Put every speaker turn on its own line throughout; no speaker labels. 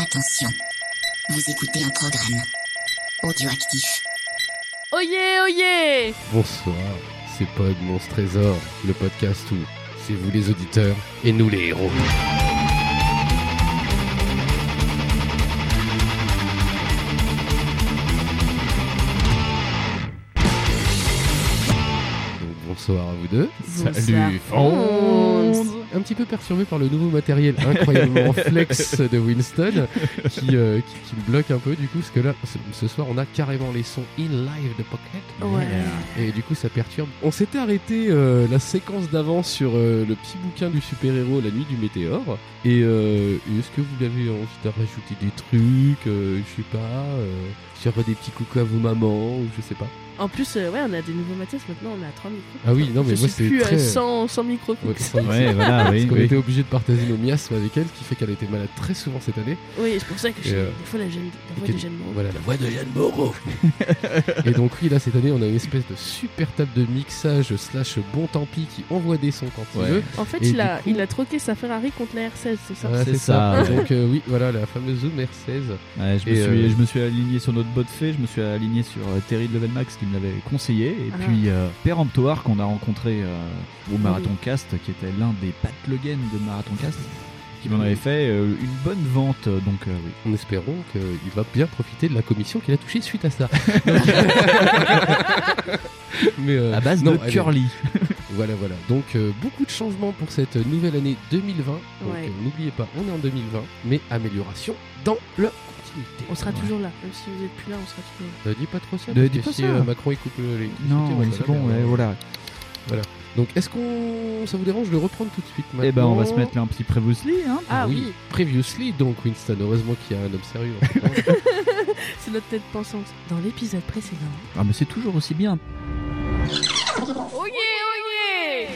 Attention, vous écoutez un programme audioactif.
Oyez, oyez
Bonsoir, c'est Pod Monstre Trésor, le podcast où c'est vous les auditeurs et nous les héros. Donc, Bonsoir à vous deux.
Bonsoir.
Salut Fonz. Un petit peu perturbé par le nouveau matériel incroyablement flex de Winston qui, euh, qui- qui me bloque un peu du coup parce que là ce- ce soir on a carrément les sons in live de Pocket.
Ouais.
Et du coup, ça perturbe. On s'était arrêté euh, la séquence d'avant sur euh, le petit bouquin du super-héros La nuit du météore. Et euh, est-ce que vous avez envie de rajouter des trucs euh, Je sais pas. Euh, faire des petits coucou à vos mamans ou je sais pas.
En plus, euh, ouais, on a des nouveaux Mathias maintenant, on a 3 micros.
Ah oui, non, mais
Je
moi,
suis
c'est
plus euh,
très.
à 100, 100 micros
Ouais,
fixes.
sans-
Ouais, voilà,
Parce
oui,
qu'on
oui.
était obligé de partager nos miasmes avec elle, ce qui fait qu'elle était malade très souvent cette année.
Oui, c'est pour ça que
Et,
j'ai
euh,
des fois la gêne, la voix
et
de
que-
gêne moi.
Voilà, la voix de Yann Moreau. et donc oui, là cette année, on a une espèce de super table de mixage slash bon tant pis qui envoie des sons quand il
Ouais.
veut.
En fait,
Et
il
du
a,
coup-
il a troqué sa Ferrari contre la R16, c'est ça
Voilà,
c'est
c'est ça.
ça, ouais.
Donc euh, oui, voilà la fameuse Zoom R16.
Ouais, je, me
Et,
suis,
euh,
je me suis aligné sur notre bot de fée, je me suis aligné sur euh, Terry de Level Max qui me l'avait conseillé, et
Ah.
puis euh, Péremptoire qu'on a rencontré euh, au Marathon Cast, qui était l'un des Pat Logan de Marathon Cast, qui m'en avait fait euh, une bonne vente, donc euh, oui.
En espérant qu'il va bien profiter de la commission qu'il a touchée suite à ça. Mais euh,
À base
non,
de
allez,
Curly.
Voilà, voilà. Donc euh, beaucoup de changements pour cette nouvelle année 2020. Donc
Ouais.
euh, n'oubliez pas, on est en 2020, mais amélioration dans le continuité.
On sera
Ouais.
toujours là. Même si vous êtes plus là, on sera toujours là.
Ne dis pas trop ça.
Oh, Ne
parce
dis
que
pas
si
ça.
euh, Macron il coupe le- l'électricité, on
Non, mais
va
c'est
la
bon,
merde.
ouais, voilà.
Donc est-ce qu'on, ça vous dérange de le reprendre tout de suite maintenant
Eh ben, on va se mettre là un petit Previously, hein.
Ah oui,
Previously, donc Winston, heureusement qu'il y a un homme sérieux. en fait.
c'est notre tête pensante. Dans l'épisode précédent.
Ah, mais c'est toujours aussi bien.
Oyez, oyez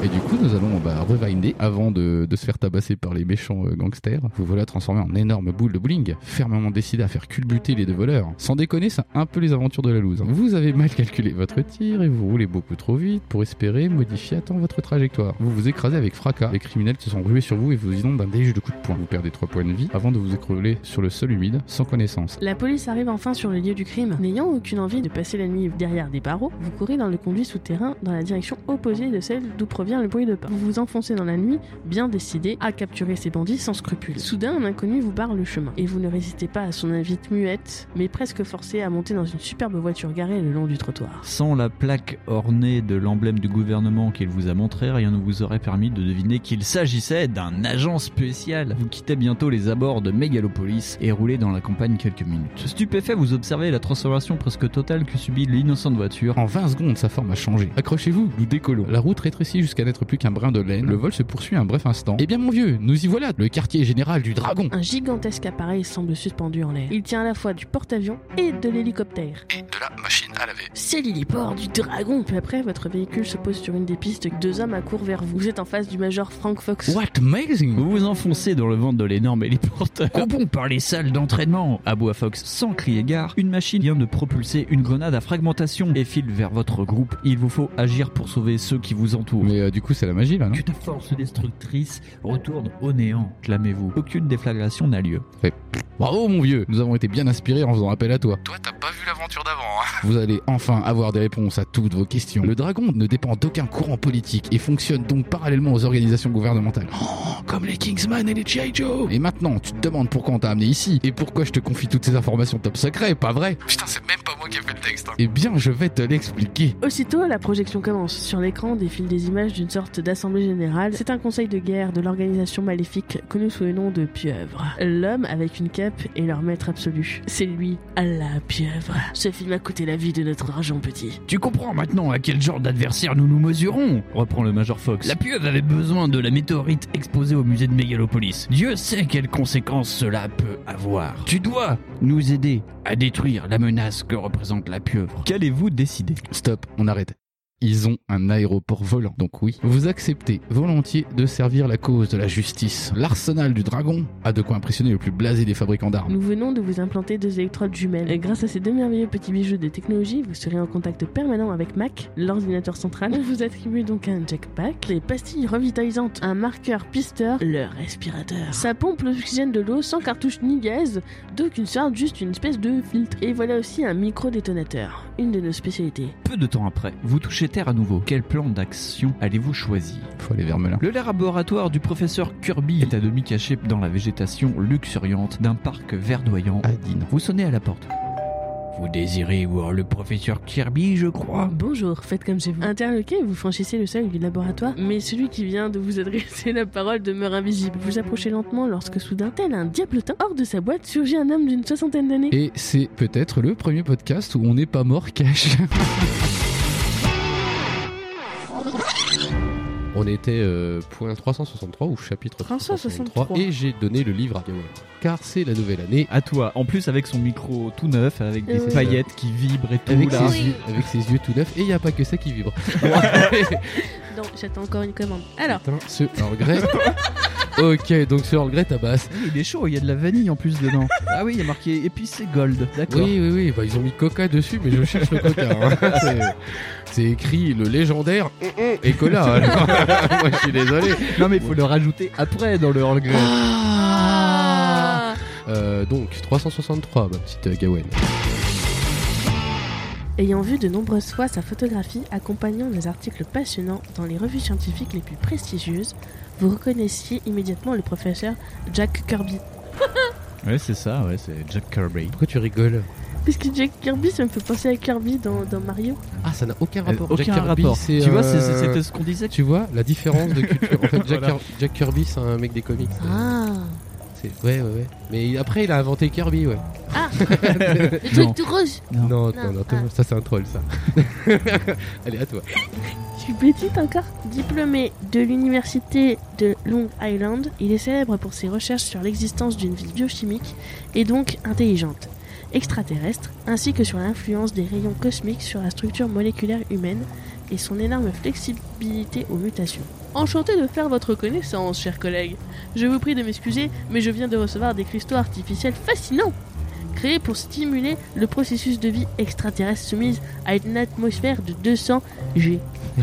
Et du coup, nous allons bah, rewinder avant de, de se faire tabasser par les méchants euh, gangsters. Vous voilà transformé en énorme boule de bowling, fermement décidé à faire culbuter les deux voleurs. Sans déconner, c'est un peu les aventures de la loose. hein. Vous avez mal calculé votre tir et vous roulez beaucoup trop vite pour espérer modifier à temps votre trajectoire. Vous vous écrasez avec fracas. Les criminels se sont rués sur vous et vous inondent d'un déluge de coups de poing. Vous perdez 3 points de vie avant de vous écrouler sur le sol humide, sans connaissance.
La police arrive enfin sur le lieu du crime. N'ayant aucune envie de passer la nuit derrière des barreaux, vous courez dans le conduit souterrain dans la direction opposée de celle d'où provient le bruit de pas. Vous vous enfoncez dans la nuit, bien décidé à capturer ces bandits sans scrupule. Soudain, un inconnu vous barre le chemin, et vous ne résistez pas à son invite muette, mais presque forcé à monter dans une superbe voiture garée le long du trottoir.
Sans la plaque ornée de l'emblème du gouvernement qu'il vous a montré, rien ne vous aurait permis de deviner qu'il s'agissait d'un agent spécial. Vous quittez bientôt les abords de Mégalopolis et roulez dans la campagne quelques minutes. Stupéfait, vous observez la transformation presque totale que subit l'innocente voiture.
En 20 secondes, sa forme a changé. Accrochez-vous, nous décollons. La route rétrécit jusqu'à n'être plus qu'un brin de laine. Le vol se poursuit un bref instant. Eh bien, mon vieux, nous y voilà, le quartier général du dragon.
Un gigantesque appareil semble suspendu en l'air. Il tient à la fois du porte-avions et de l'hélicoptère.
Et de la machine à laver.
C'est l'héliport du dragon Peu après, votre véhicule se pose sur une des pistes, deux hommes accourent vers vous. Vous êtes en face du major Frank Fox.
What amazing!
Vous vous enfoncez dans le ventre de l'énorme héliporteur. Au bon par les salles d'entraînement Aboie Fox sans crier gare. Une machine vient de propulser une grenade à fragmentation et file vers votre groupe. Il vous faut agir pour sauver ceux qui vous entourent.
Mais euh, du coup, c'est la magie
Hein
là, non?
Que ta force destructrice retourne au néant, clamez-vous. Aucune déflagration n'a lieu.
Bravo, mon vieux! Nous avons été bien inspirés en faisant appel à toi. Toi, t'as pas vu l'aventure d'avant, hein. Vous allez enfin avoir des réponses à toutes vos questions. Le dragon ne dépend d'aucun courant politique et fonctionne donc parallèlement aux organisations gouvernementales. Oh, comme les Kingsman et les G.I. Joe! Et maintenant, tu te demandes pourquoi on t'a amené ici et pourquoi je te confie toutes ces informations top secret, pas vrai? Putain, c'est même pas moi qui ai fait le texte, Eh bien, je vais te l'expliquer.
Aussitôt, la projection commence. Sur l'écran défilent des images d'une sorte d'assemblée générale. C'est un conseil de guerre de l'organisation maléfique connue sous le nom de Pieuvre. L'homme avec une cape est leur maître absolu. C'est lui, Allah Pieuvre. Ce film a coûté la vie de notre argent petit.
Tu comprends maintenant à quel genre d'adversaire nous nous mesurons
Reprend le Major Fox.
La pieuvre avait besoin de la météorite exposée au musée de Mégalopolis. Dieu sait quelles conséquences cela peut avoir. Tu dois nous aider à détruire la menace que représente la pieuvre.
Qu'allez-vous décider
Stop, on arrête. Ils ont un aéroport volant. Donc oui, vous acceptez volontiers de servir la cause de la justice. L'arsenal du dragon a de quoi impressionner le plus blasé des fabricants d'armes.
Nous venons de vous implanter deux électrodes jumelles. Et grâce à ces deux merveilleux petits bijoux de technologie, vous serez en contact permanent avec Mac, l'ordinateur central. On vous attribue donc un jackpack, des pastilles revitalisantes, un marqueur pisteur, le respirateur. Ça pompe l'oxygène de l'eau sans cartouche ni gaz, d'aucune sorte, juste une espèce de filtre. Et voilà aussi un micro-détonateur, une de nos spécialités.
Peu de temps après, vous touchez terre à nouveau. Quel plan d'action allez-vous choisir
Faut aller vers Melun.
Le laboratoire du professeur Kirby est à demi caché dans la végétation luxuriante d'un parc verdoyant.
Adine.
Vous sonnez à la porte. Vous désirez voir le professeur Kirby, je crois
Bonjour, faites comme chez vous. Interloqué, vous franchissez le seuil du laboratoire, mais celui qui vient de vous adresser la parole demeure invisible. Vous approchez lentement lorsque soudain, tel un diablotin, hors de sa boîte surgit un homme d'une soixantaine d'années.
Et c'est peut-être le premier podcast où on n'est pas mort cash.
On était euh, point 363 ou chapitre
363.
363 et j'ai donné le livre à Gawain. Car c'est la nouvelle année
À toi, en plus avec son micro tout neuf, avec des
Euh.
paillettes qui vibrent et tout
avec
là.
ses, yeux, avec ses yeux tout neufs et il n'y a pas que ça qui vibre.
Non, j'attends encore une commande. Alors,
Attends, ce regret. ok, donc ce regret tabasse.
Il est chaud, il y a de la vanille en plus dedans. ah oui, il y a marqué épicé gold, d'accord.
Oui, oui, oui, bah, ils ont mis coca dessus, mais je cherche le coca. hein. C'est- C'est écrit le légendaire
Mm,
et cola. alors. Moi je suis désolé.
Non mais il faut le rajouter après dans le regret.
Ah
Euh, donc 363, ma petite euh, Gawain.
Ayant vu de nombreuses fois sa photographie accompagnant des articles passionnants dans les revues scientifiques les plus prestigieuses, vous reconnaissiez immédiatement le professeur Jack Kirby.
Ouais, c'est ça, ouais, c'est Jack Kirby.
Pourquoi tu rigoles
Parce que Jack Kirby, ça me fait penser à Kirby dans, dans Mario.
Ah, ça n'a aucun
Euh,
rapport.
Aucun
Jack Kirby,
rapport.
c'est,
Tu vois,
euh,
c'est- c'est- c'était ce qu'on disait.
Tu vois la différence de culture. En fait, Jack,
Voilà.
Kir- Jack Kirby, c'est un mec des comics.
Ah
C'est- Ouais, ouais, ouais. Mais il- après, il a inventé Kirby, ouais.
Le
Non.
truc tout rouge
Non.
Non, non,
Non,
non,
ah.
ça c'est un troll, ça. Allez, à toi.
Je suis petite encore. Diplômé de l'université de Long Island, il est célèbre pour ses recherches sur l'existence d'une vie biochimique et donc intelligente, extraterrestre, ainsi que sur l'influence des rayons cosmiques sur la structure moléculaire humaine et son énorme flexibilité aux mutations. Enchanté de faire votre connaissance, chers collègues. Je vous prie de m'excuser, mais je viens de recevoir des cristaux artificiels fascinants créés pour stimuler le processus de vie extraterrestre soumise à une atmosphère de 200 G.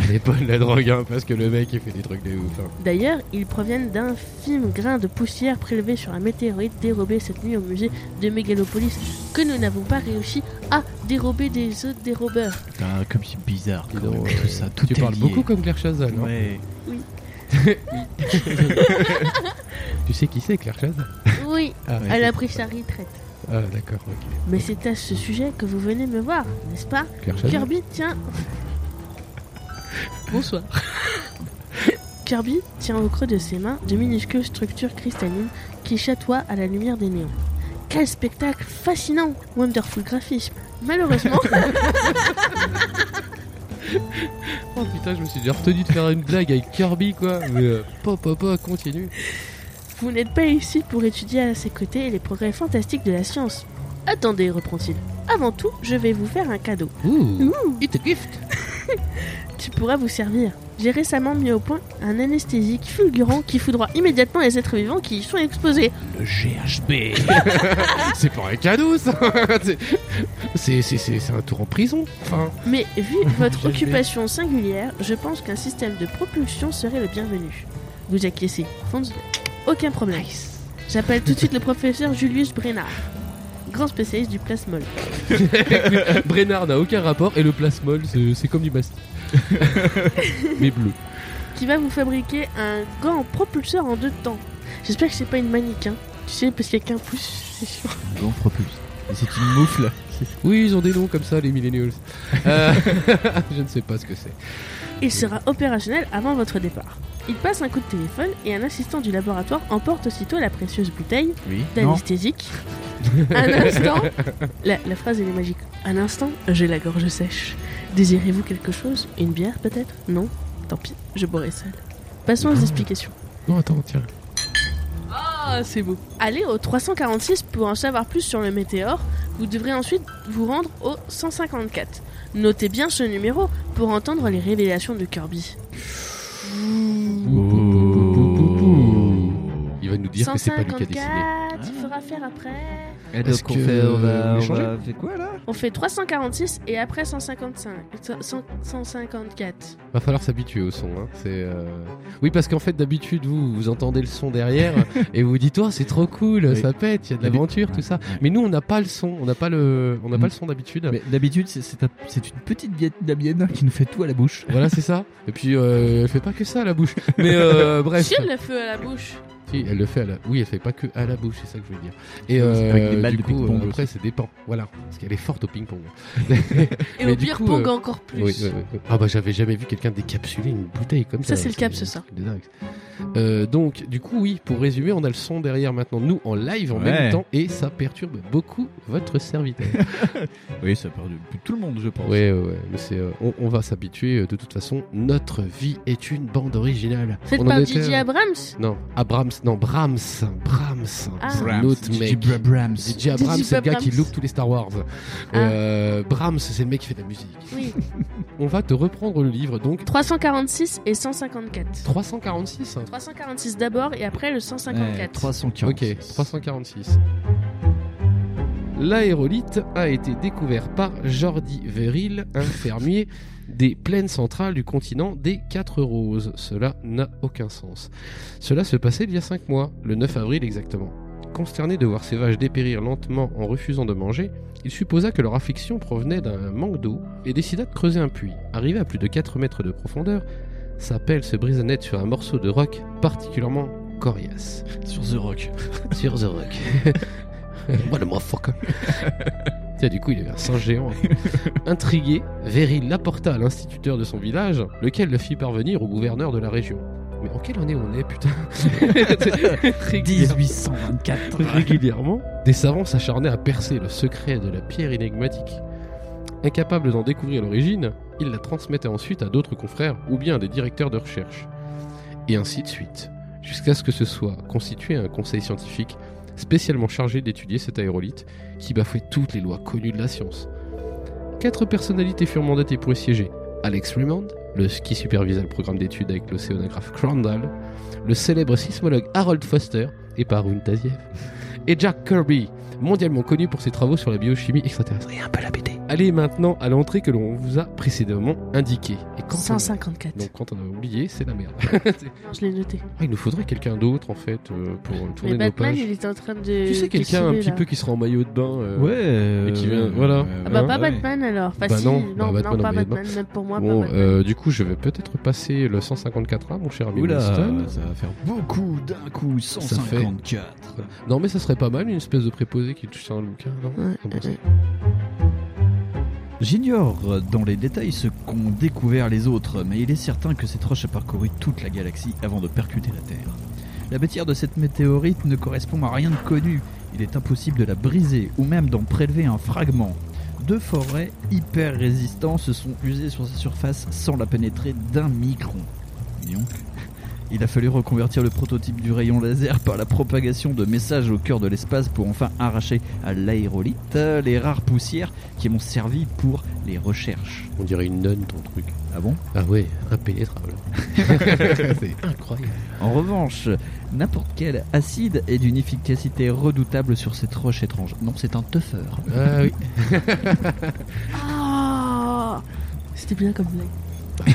Elle est bonne la drogue, hein, parce que le mec il fait des trucs de ouf. hein.
D'ailleurs, ils proviennent d'un film grain de poussière prélevé sur un météorite dérobé cette nuit au musée de Mégalopolis que nous n'avons pas réussi à dérober des autres dérobeurs.
Putain, comme c'est bizarre
Dis donc, euh,
tout ça, tout
Tu
est
parles
lié.
beaucoup comme Claire Chazal. hein.
Ouais.
Tu sais qui c'est Claire Chazal
Oui,
Ah, ouais,
elle a
c'est-
pris sa retraite.
Ah, d'accord, ok.
Mais c'est à ce sujet que vous venez me voir, n'est-ce pas
Claire Chazal.
Kirby, tiens. Bonsoir. Kirby tient au creux de ses mains de minuscules structures cristallines qui chatoient à la lumière des néons. Quel spectacle fascinant Wonderful graphisme Malheureusement,
Oh putain, je me suis déjà retenu de faire une blague avec Kirby, quoi. Mais euh, pop, pop, pop, continue.
vous n'êtes pas ici pour étudier à ses côtés les progrès fantastiques de la science. Attendez, reprend-il. Avant tout, je vais vous faire un cadeau.
Ouh,
It's gift Qui pourra vous servir. J'ai récemment mis au point un anesthésique fulgurant qui foudroie immédiatement les êtres vivants qui y sont exposés.
Le GHB.
c'est pas un cadeau, ça. C'est- c'est, c'est, c'est, c'est un tour en prison. Enfin,
Mais vu votre
J'aime bien.
occupation singulière, je pense qu'un système de propulsion serait le bienvenu. Vous acquiescez, Fonds Aucun problème. J'appelle tout de suite le professeur Julius Brennard, grand spécialiste du plasmol.
Brennard n'a aucun rapport et le plasmol, c'est, c'est comme du mastic. Mais bleu.
qui va vous fabriquer un gant propulseur en deux temps. J'espère que c'est pas une mannequin. Tu sais, parce qu'il y a qu'un pouce, c'est sûr.
Bon propulse. C'est une moufle.
Oui, ils ont des noms comme ça, les millennials. Euh, je ne sais pas ce que c'est.
Il sera opérationnel avant votre départ. Il passe un coup de téléphone et un assistant du laboratoire emporte aussitôt la précieuse bouteille
Oui. Non.
d'anesthésique. un instant. La, la phrase elle est magique. Un instant, j'ai la gorge sèche. Désirez-vous quelque chose Une bière peut-être Non Tant pis, je boirai seul. Passons aux explications.
Non, attends, tiens.
Ah, c'est beau. Allez au 346 pour en savoir plus sur le météore, Vous devrez ensuite vous rendre au 154. Notez bien ce numéro pour entendre les révélations de Kirby.
Il va nous dire que c'est pas lui qui a décidé.
154, il
Ah.
faudra faire après.
Et
Est-ce
donc, on
que
fait, euh, on va,
vous
on
changez
va- fait quoi là
On fait 346 et après 155. Cent- cent- 154.
Va falloir s'habituer au son. Hein. C'est, euh, Oui, parce qu'en fait, d'habitude, vous, vous entendez le son derrière et vous vous dites, oh, c'est trop cool,
Oui.
ça pète, il y a de
Mais-
l'aventure, tout ça. Mais nous, on n'a pas le son, on n'a pas le, on n'a
Mm.
pas le son d'habitude.
Mais d'habitude, c'est- c'est un- c'est une petite vietnamienne qui nous fait tout à la bouche.
Voilà, c'est ça. Et puis, euh, elle fait pas que ça à la bouche. Mais euh, bref.
Chile le feu à la bouche.
Si, elle le fait à la... Oui, elle fait pas que à la bouche, c'est ça que je veux dire. Et
Avec
euh,
des balles
du
de
coup,
ping-pong
euh, après, c'est dépend. Voilà, parce qu'elle est forte au ping-pong.
Et
Mais
au
du
pire,
coup,
Pong
euh,
encore plus.
Oui, oui, oui. Ah bah j'avais jamais vu quelqu'un décapsuler une bouteille comme ça.
Ça, c'est le cap, ce soir.
un truc de dingue. Euh, donc du coup oui, pour résumer, on a le son derrière maintenant nous en live en
Ouais.
même temps et ça perturbe beaucoup votre serviteur.
Oui, ça part de tout le monde, je pense.
ouais ouais, ouais, mais c'est euh, on, on va s'habituer euh, de toute façon, notre vie est une bande originale.
Faites
on en
par
était,
Gigi
euh,
Abrams.
Non, Abrams, non Brahms, Brahms.
Ah.
C'est un
Brahms,
autre
DJ
mec.
Bra- Brahms.
DJ Abrams, c'est le gars qui
Abrams.
loupe tous les Star Wars.
Ah.
Euh, Brahms, c'est le mec qui fait de la musique.
Oui.
On va te reprendre le livre, donc
346 et 154.
346
346 d'abord et après le
Ouais,
154.
340.
Ok, 346. L'aérolithe a été découvert par Jordi Veril, un fermier des plaines centrales du continent des Quatre Roses. Cela n'a aucun sens. Cela se passait il y a 5 mois, le 9 avril exactement. Consterné de voir ces vaches dépérir lentement en refusant de manger, il supposa que leur affliction provenait d'un manque d'eau et décida de creuser un puits. Arrivé à plus de 4 mètres de profondeur, sa pelle se brisa net sur un morceau de roc particulièrement coriace
Sur The Rock.
sur The Rock. What a motherfucker. Tiens, du coup, il avait un singe géant. hein. Intrigué, Véril l'apporta à l'instituteur de son village, lequel le fit parvenir au gouverneur de la région. Mais en quelle année on est, putain Régulièrement-
1824.
Régulièrement, des savants s'acharnaient à percer le secret de la pierre énigmatique. Incapables d'en découvrir l'origine, ils la transmettaient ensuite à d'autres confrères ou bien à des directeurs de recherche. Et ainsi de suite, jusqu'à ce que ce soit constitué un conseil scientifique spécialement chargé d'étudier cet aérolithe qui bafouait toutes les lois connues de la science. Quatre personnalités furent mandatées pour y siéger. Alex Raymond, le qui supervisa le programme d'études avec l'océanographe Crandall, le célèbre sismologue Harold Foster et Parun Taziev, et Jack Kirby, mondialement connu pour ses travaux sur la biochimie extraterrestre. Et un peu la BD. Allez maintenant à l'entrée que l'on vous a précédemment indiquée. Et quand on-
154.
donc quand on a oublié, c'est la merde.
Non, Je l'ai noté.
Ah, il nous faudrait quelqu'un d'autre en fait euh, pour tourner
Mais
nos
Batman,
pages.
il est en train de.
Tu sais
de
quelqu'un un
filer,
petit
là.
peu qui sera en maillot de bain euh,
Ouais. euh,
Et qui vient- voilà.
euh,
Ah bah,
Hein
pas
ouais.
Batman alors. Enfin,
Bah
si,
non,
non,
bah,
non,
Batman,
pas
mais non.
Batman, même pour moi,
Bon,
pas Batman.
euh, du coup, je vais peut-être passer le 154A, mon cher ami Winston.
Oula, ça va faire beaucoup d'un coup. 154.
Non, mais ça serait pas mal une espèce de préposé qui touche sur un bouquin, non
Ouais,
T'en penses
ouais, ouais.
J'ignore euh, dans les détails ce qu'ont découvert les autres, mais il est certain que cette roche a parcouru toute la galaxie avant de percuter la Terre. La matière de cette météorite ne correspond à rien de connu. Il est impossible de la briser ou même d'en prélever un fragment. Deux forêts hyper résistantes se sont usées sur sa surface sans la pénétrer d'un micron. Mignon. Il a fallu reconvertir le prototype du rayon laser par la propagation de messages au cœur de l'espace pour enfin arracher à l'aérolite euh, les rares poussières qui m'ont servi pour les recherches.
On dirait une nonne, ton truc.
Ah bon
Ah ouais, impénétrable. c'est incroyable.
En revanche, n'importe quel acide est d'une efficacité redoutable sur cette roche étrange. Non, c'est un tuffer.
Ah oui.
Ah C'était bien comme blague.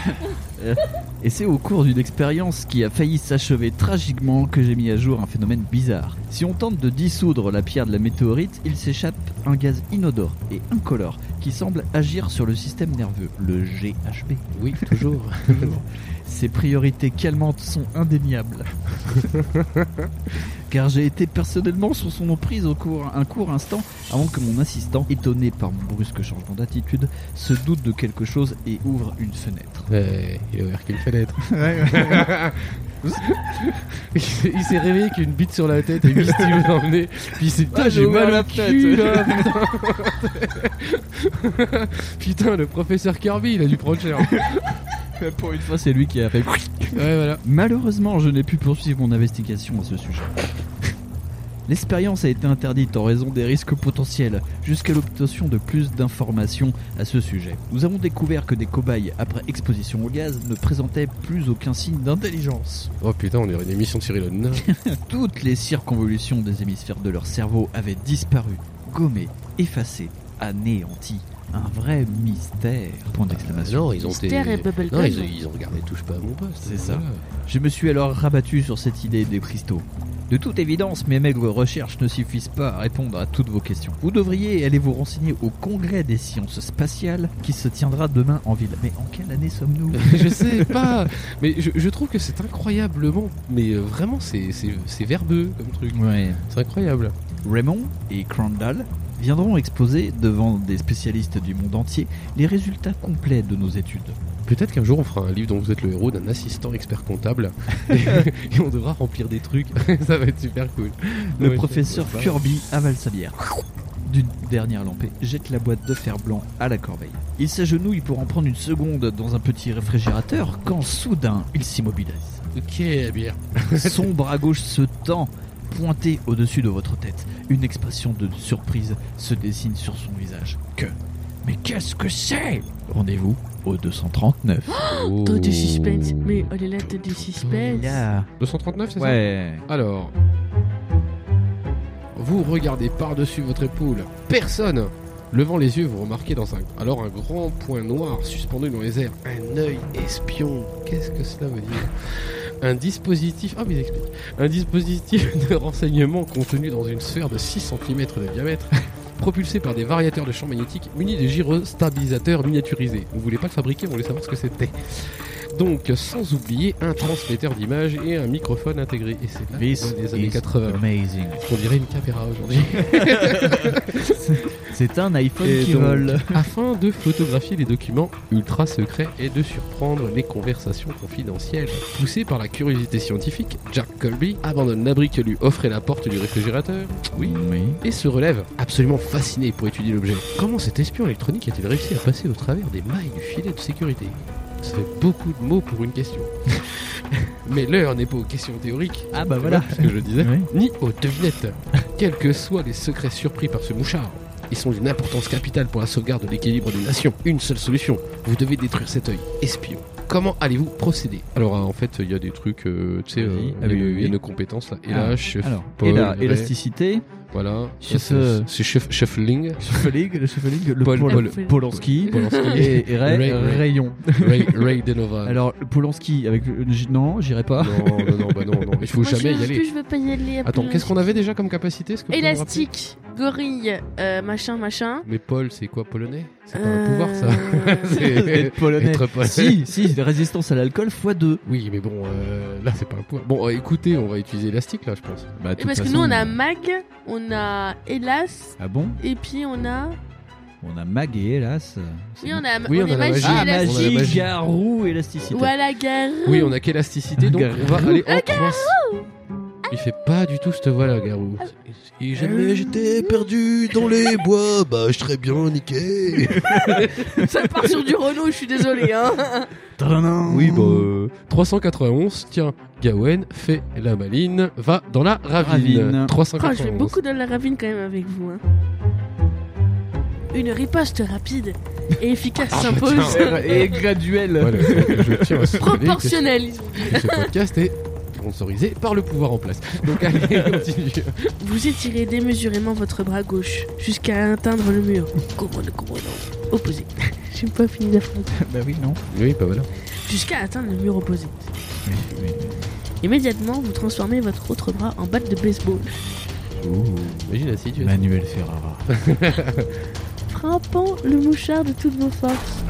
Et c'est au cours d'une expérience qui a failli s'achever tragiquement que j'ai mis à jour un phénomène bizarre. Si on tente de dissoudre la pierre de la météorite, il s'échappe un gaz inodore et incolore qui semble agir sur le système nerveux, le GHB.
Oui, toujours.
Ses priorités calmantes sont indéniables. Car j'ai été personnellement sur son emprise au cours, un court instant avant que mon assistant, étonné par mon brusque changement d'attitude, se doute de quelque chose et ouvre une fenêtre.
Ouais, Euh, il a ouvert qu'une fenêtre. il s'est il s'est réveillé avec une bite sur la tête et une style dans le nez. Puis il s'est dit, putain,
Ah, j'ai
j'ai
ouvert
mal
la
au cul,
fenêtre.
là, putain. Putain, le professeur Kirby, il a dû prendre cher. Ouais,
Pour une fois, c'est lui qui a fait.
voilà.
Malheureusement, je n'ai pu poursuivre mon investigation à ce sujet. L'expérience a été interdite en raison des risques potentiels, jusqu'à l'obtention de plus d'informations à ce sujet. Nous avons découvert que des cobayes après exposition au gaz ne présentaient plus aucun signe d'intelligence.
Oh putain, on est une émission de Cyril Hanouna.
Toutes les circonvolutions des hémisphères de leur cerveau avaient disparu, gommées, effacées, anéanties. Un vrai mystère. Point d'exclamation.
Bah non, ils ont été.
Mystère et Bubblegum.
Non, ils ont, ils ont regardé Touche pas à mon poste.
C'est ça.
Voilà.
Je me suis alors rabattu sur cette idée des cristaux. De toute évidence, mes maigres recherches ne suffisent pas à répondre à toutes vos questions. Vous devriez aller vous renseigner au congrès des sciences spatiales qui se tiendra demain en ville. Mais en quelle année sommes-nous
je sais pas. Mais je, je trouve que c'est incroyablement. Mais euh, vraiment, c'est c'est- c'est verbeux comme truc.
Ouais.
C'est incroyable.
Raymond et Crandall viendront exposer devant des spécialistes du monde entier les résultats complets de nos études.
Peut-être qu'un jour, on fera un livre dont vous êtes le héros d'un assistant expert comptable. et on devra remplir des trucs. ça va être super cool.
Le
Ouais,
professeur
ça va.
Kirby avale sa bière. D'une dernière lampée, jette la boîte de fer blanc à la corbeille. Il s'agenouille pour en prendre une seconde dans un petit réfrigérateur quand soudain il s'immobilise.
Ok, bien.
Son bras gauche se tend, pointé au-dessus de votre tête. Une expression de surprise se dessine sur son visage. Que Mais qu'est-ce que c'est Rendez-vous au 239.
Oh.
T'as du suspense. Mais oh là là, t'as du suspense.
Là.
239, c'est ça
Ouais.
Alors. Vous regardez par-dessus votre épaule. Personne Levant les yeux, vous remarquez dans un, alors un grand point noir suspendu dans les airs. Un œil espion. Qu'est-ce que cela veut dire Un dispositif. Ah, mais ils expliquent. Un dispositif de renseignement contenu dans une sphère de 6 cm de diamètre. Propulsé par des variateurs de champ magnétique munis de gyreux stabilisateurs miniaturisés. Vous voulez pas le fabriquer, vous voulez savoir ce que c'était. Donc, sans oublier un transmetteur d'images et un microphone intégré. Et c'est de la
This
des années
is
80.
amazing.
On dirait une caméra aujourd'hui.
C'est un iPhone
Et
qui
donc,
vole.
Afin de photographier les documents ultra secrets et de surprendre les conversations confidentielles. Poussé par la curiosité scientifique, Jack Colby abandonne l'abri que lui offrait la porte du réfrigérateur
Oui. oui.
et se relève, absolument fasciné pour étudier l'objet. Comment cet espion électronique a-t-il réussi à passer au travers des mailles du filet de sécurité Ça fait beaucoup de mots pour une question. Mais l'heure n'est pas aux questions théoriques,
Ah bah voilà.
ce que je disais
Oui.
ni aux devinettes. Quels que soient les secrets surpris par ce mouchard, ils sont d'une importance capitale pour la sauvegarde de l'équilibre des nations. Une seule solution, vous devez détruire cet œil espion. Comment allez-vous procéder Alors euh, en fait, il y a des trucs, euh, tu sais, euh,
Vas-y.
il
Ah
y a-
oui, oui,
il y a
oui.
nos compétences là. Et
Ah.
là, chef,
Alors,
Paul,
et la-
Ray.
élasticité,
voilà. Ça,
Chef,
c'est-
euh,
C'est chef, chefling.
Shuffling, le Shuffling, le
Paul-
Pol-
Paul-
Polanski
Polanski.
et, et Ray-
Ray- Ray.
Rayon.
Ray, Ray Donovan.
Alors, le Polanski avec le- j- non, j'irai pas.
Non, non, non, bah non, non. Il faut
Moi,
jamais
je,
y aller.
Je veux pas y aller.
Attends, qu'est-ce qu'on avait déjà comme capacité Est-ce que vous pouvez me rappeler
Élastique, gorille, euh, machin, machin.
Mais Paul, c'est quoi polonais C'est pas
Euh,
un pouvoir ça.
Être polonais.
Être polonais.
si, si, la résistance à l'alcool x 2.
Oui, mais bon, euh, là c'est pas un pouvoir. Bon, euh, écoutez, on va utiliser élastique là, je pense.
Bah, de
Et
toute
parce que
façon,
nous on
euh,
a Mag, on a Hélas,
Ah bon
et puis on a.
On a Mag et hélas. c'est
Oui,
bon.
on a,
Oui,
on
on
est
a la
magie,
magie.
élastique.
Ah,
On a la
magie,
magie.
garou, élasticité.
Voilà, gare.
Oui, on a qu'élasticité, donc on va
Garou.
aller en croissance. Il fait pas du tout cette voix là, Garou.
Euh.
Et jamais j'étais perdu dans les bois, bah je serais bien niqué.
Ça part sur du Renault, je suis désolé. Hein.
Oui, bah. euh, 391, tiens, Gawen fait la maline, va dans la ravine.
Ravine.
391.
Quand Oh, je vais beaucoup dans la ravine quand même avec vous. hein. Une riposte rapide et efficace s'impose.
Et graduel.
Voilà, je tiens à souligner que ce-
Proportionnalisme.
que ce podcast est sponsorisé par le pouvoir en place. Donc allez, continue.
Vous étirez démesurément votre bras gauche jusqu'à atteindre le mur. Comprendre, comprendre. Opposé. J'ai pas fini la phrase.
bah oui, non.
Oui, bah voilà.
Jusqu'à atteindre le mur opposé. Immédiatement, vous transformez votre autre bras en batte de baseball.
Imagine la situation.
Manuel Ferrara.
frappant le mouchard de toutes vos forces.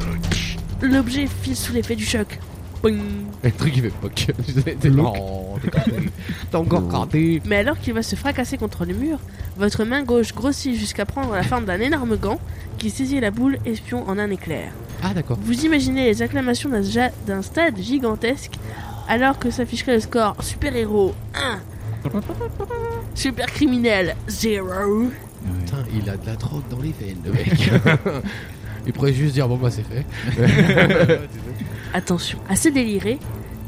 L'objet file sous l'effet du choc. Boing.
Un truc qui fait poc. T'es
Non,
t'es encore raté.
Mais alors qu'il va se fracasser contre le mur, votre main gauche grossit jusqu'à prendre la forme d'un énorme gant qui saisit la boule espion en un éclair.
Ah d'accord.
Vous imaginez les acclamations d'un ja- d'un stade gigantesque alors que s'afficherait le score super-héros 1, super-criminel 0.
Putain, il a de la drogue dans les veines, le mec. il pourrait juste dire bon bah c'est fait.
Attention, assez déliré,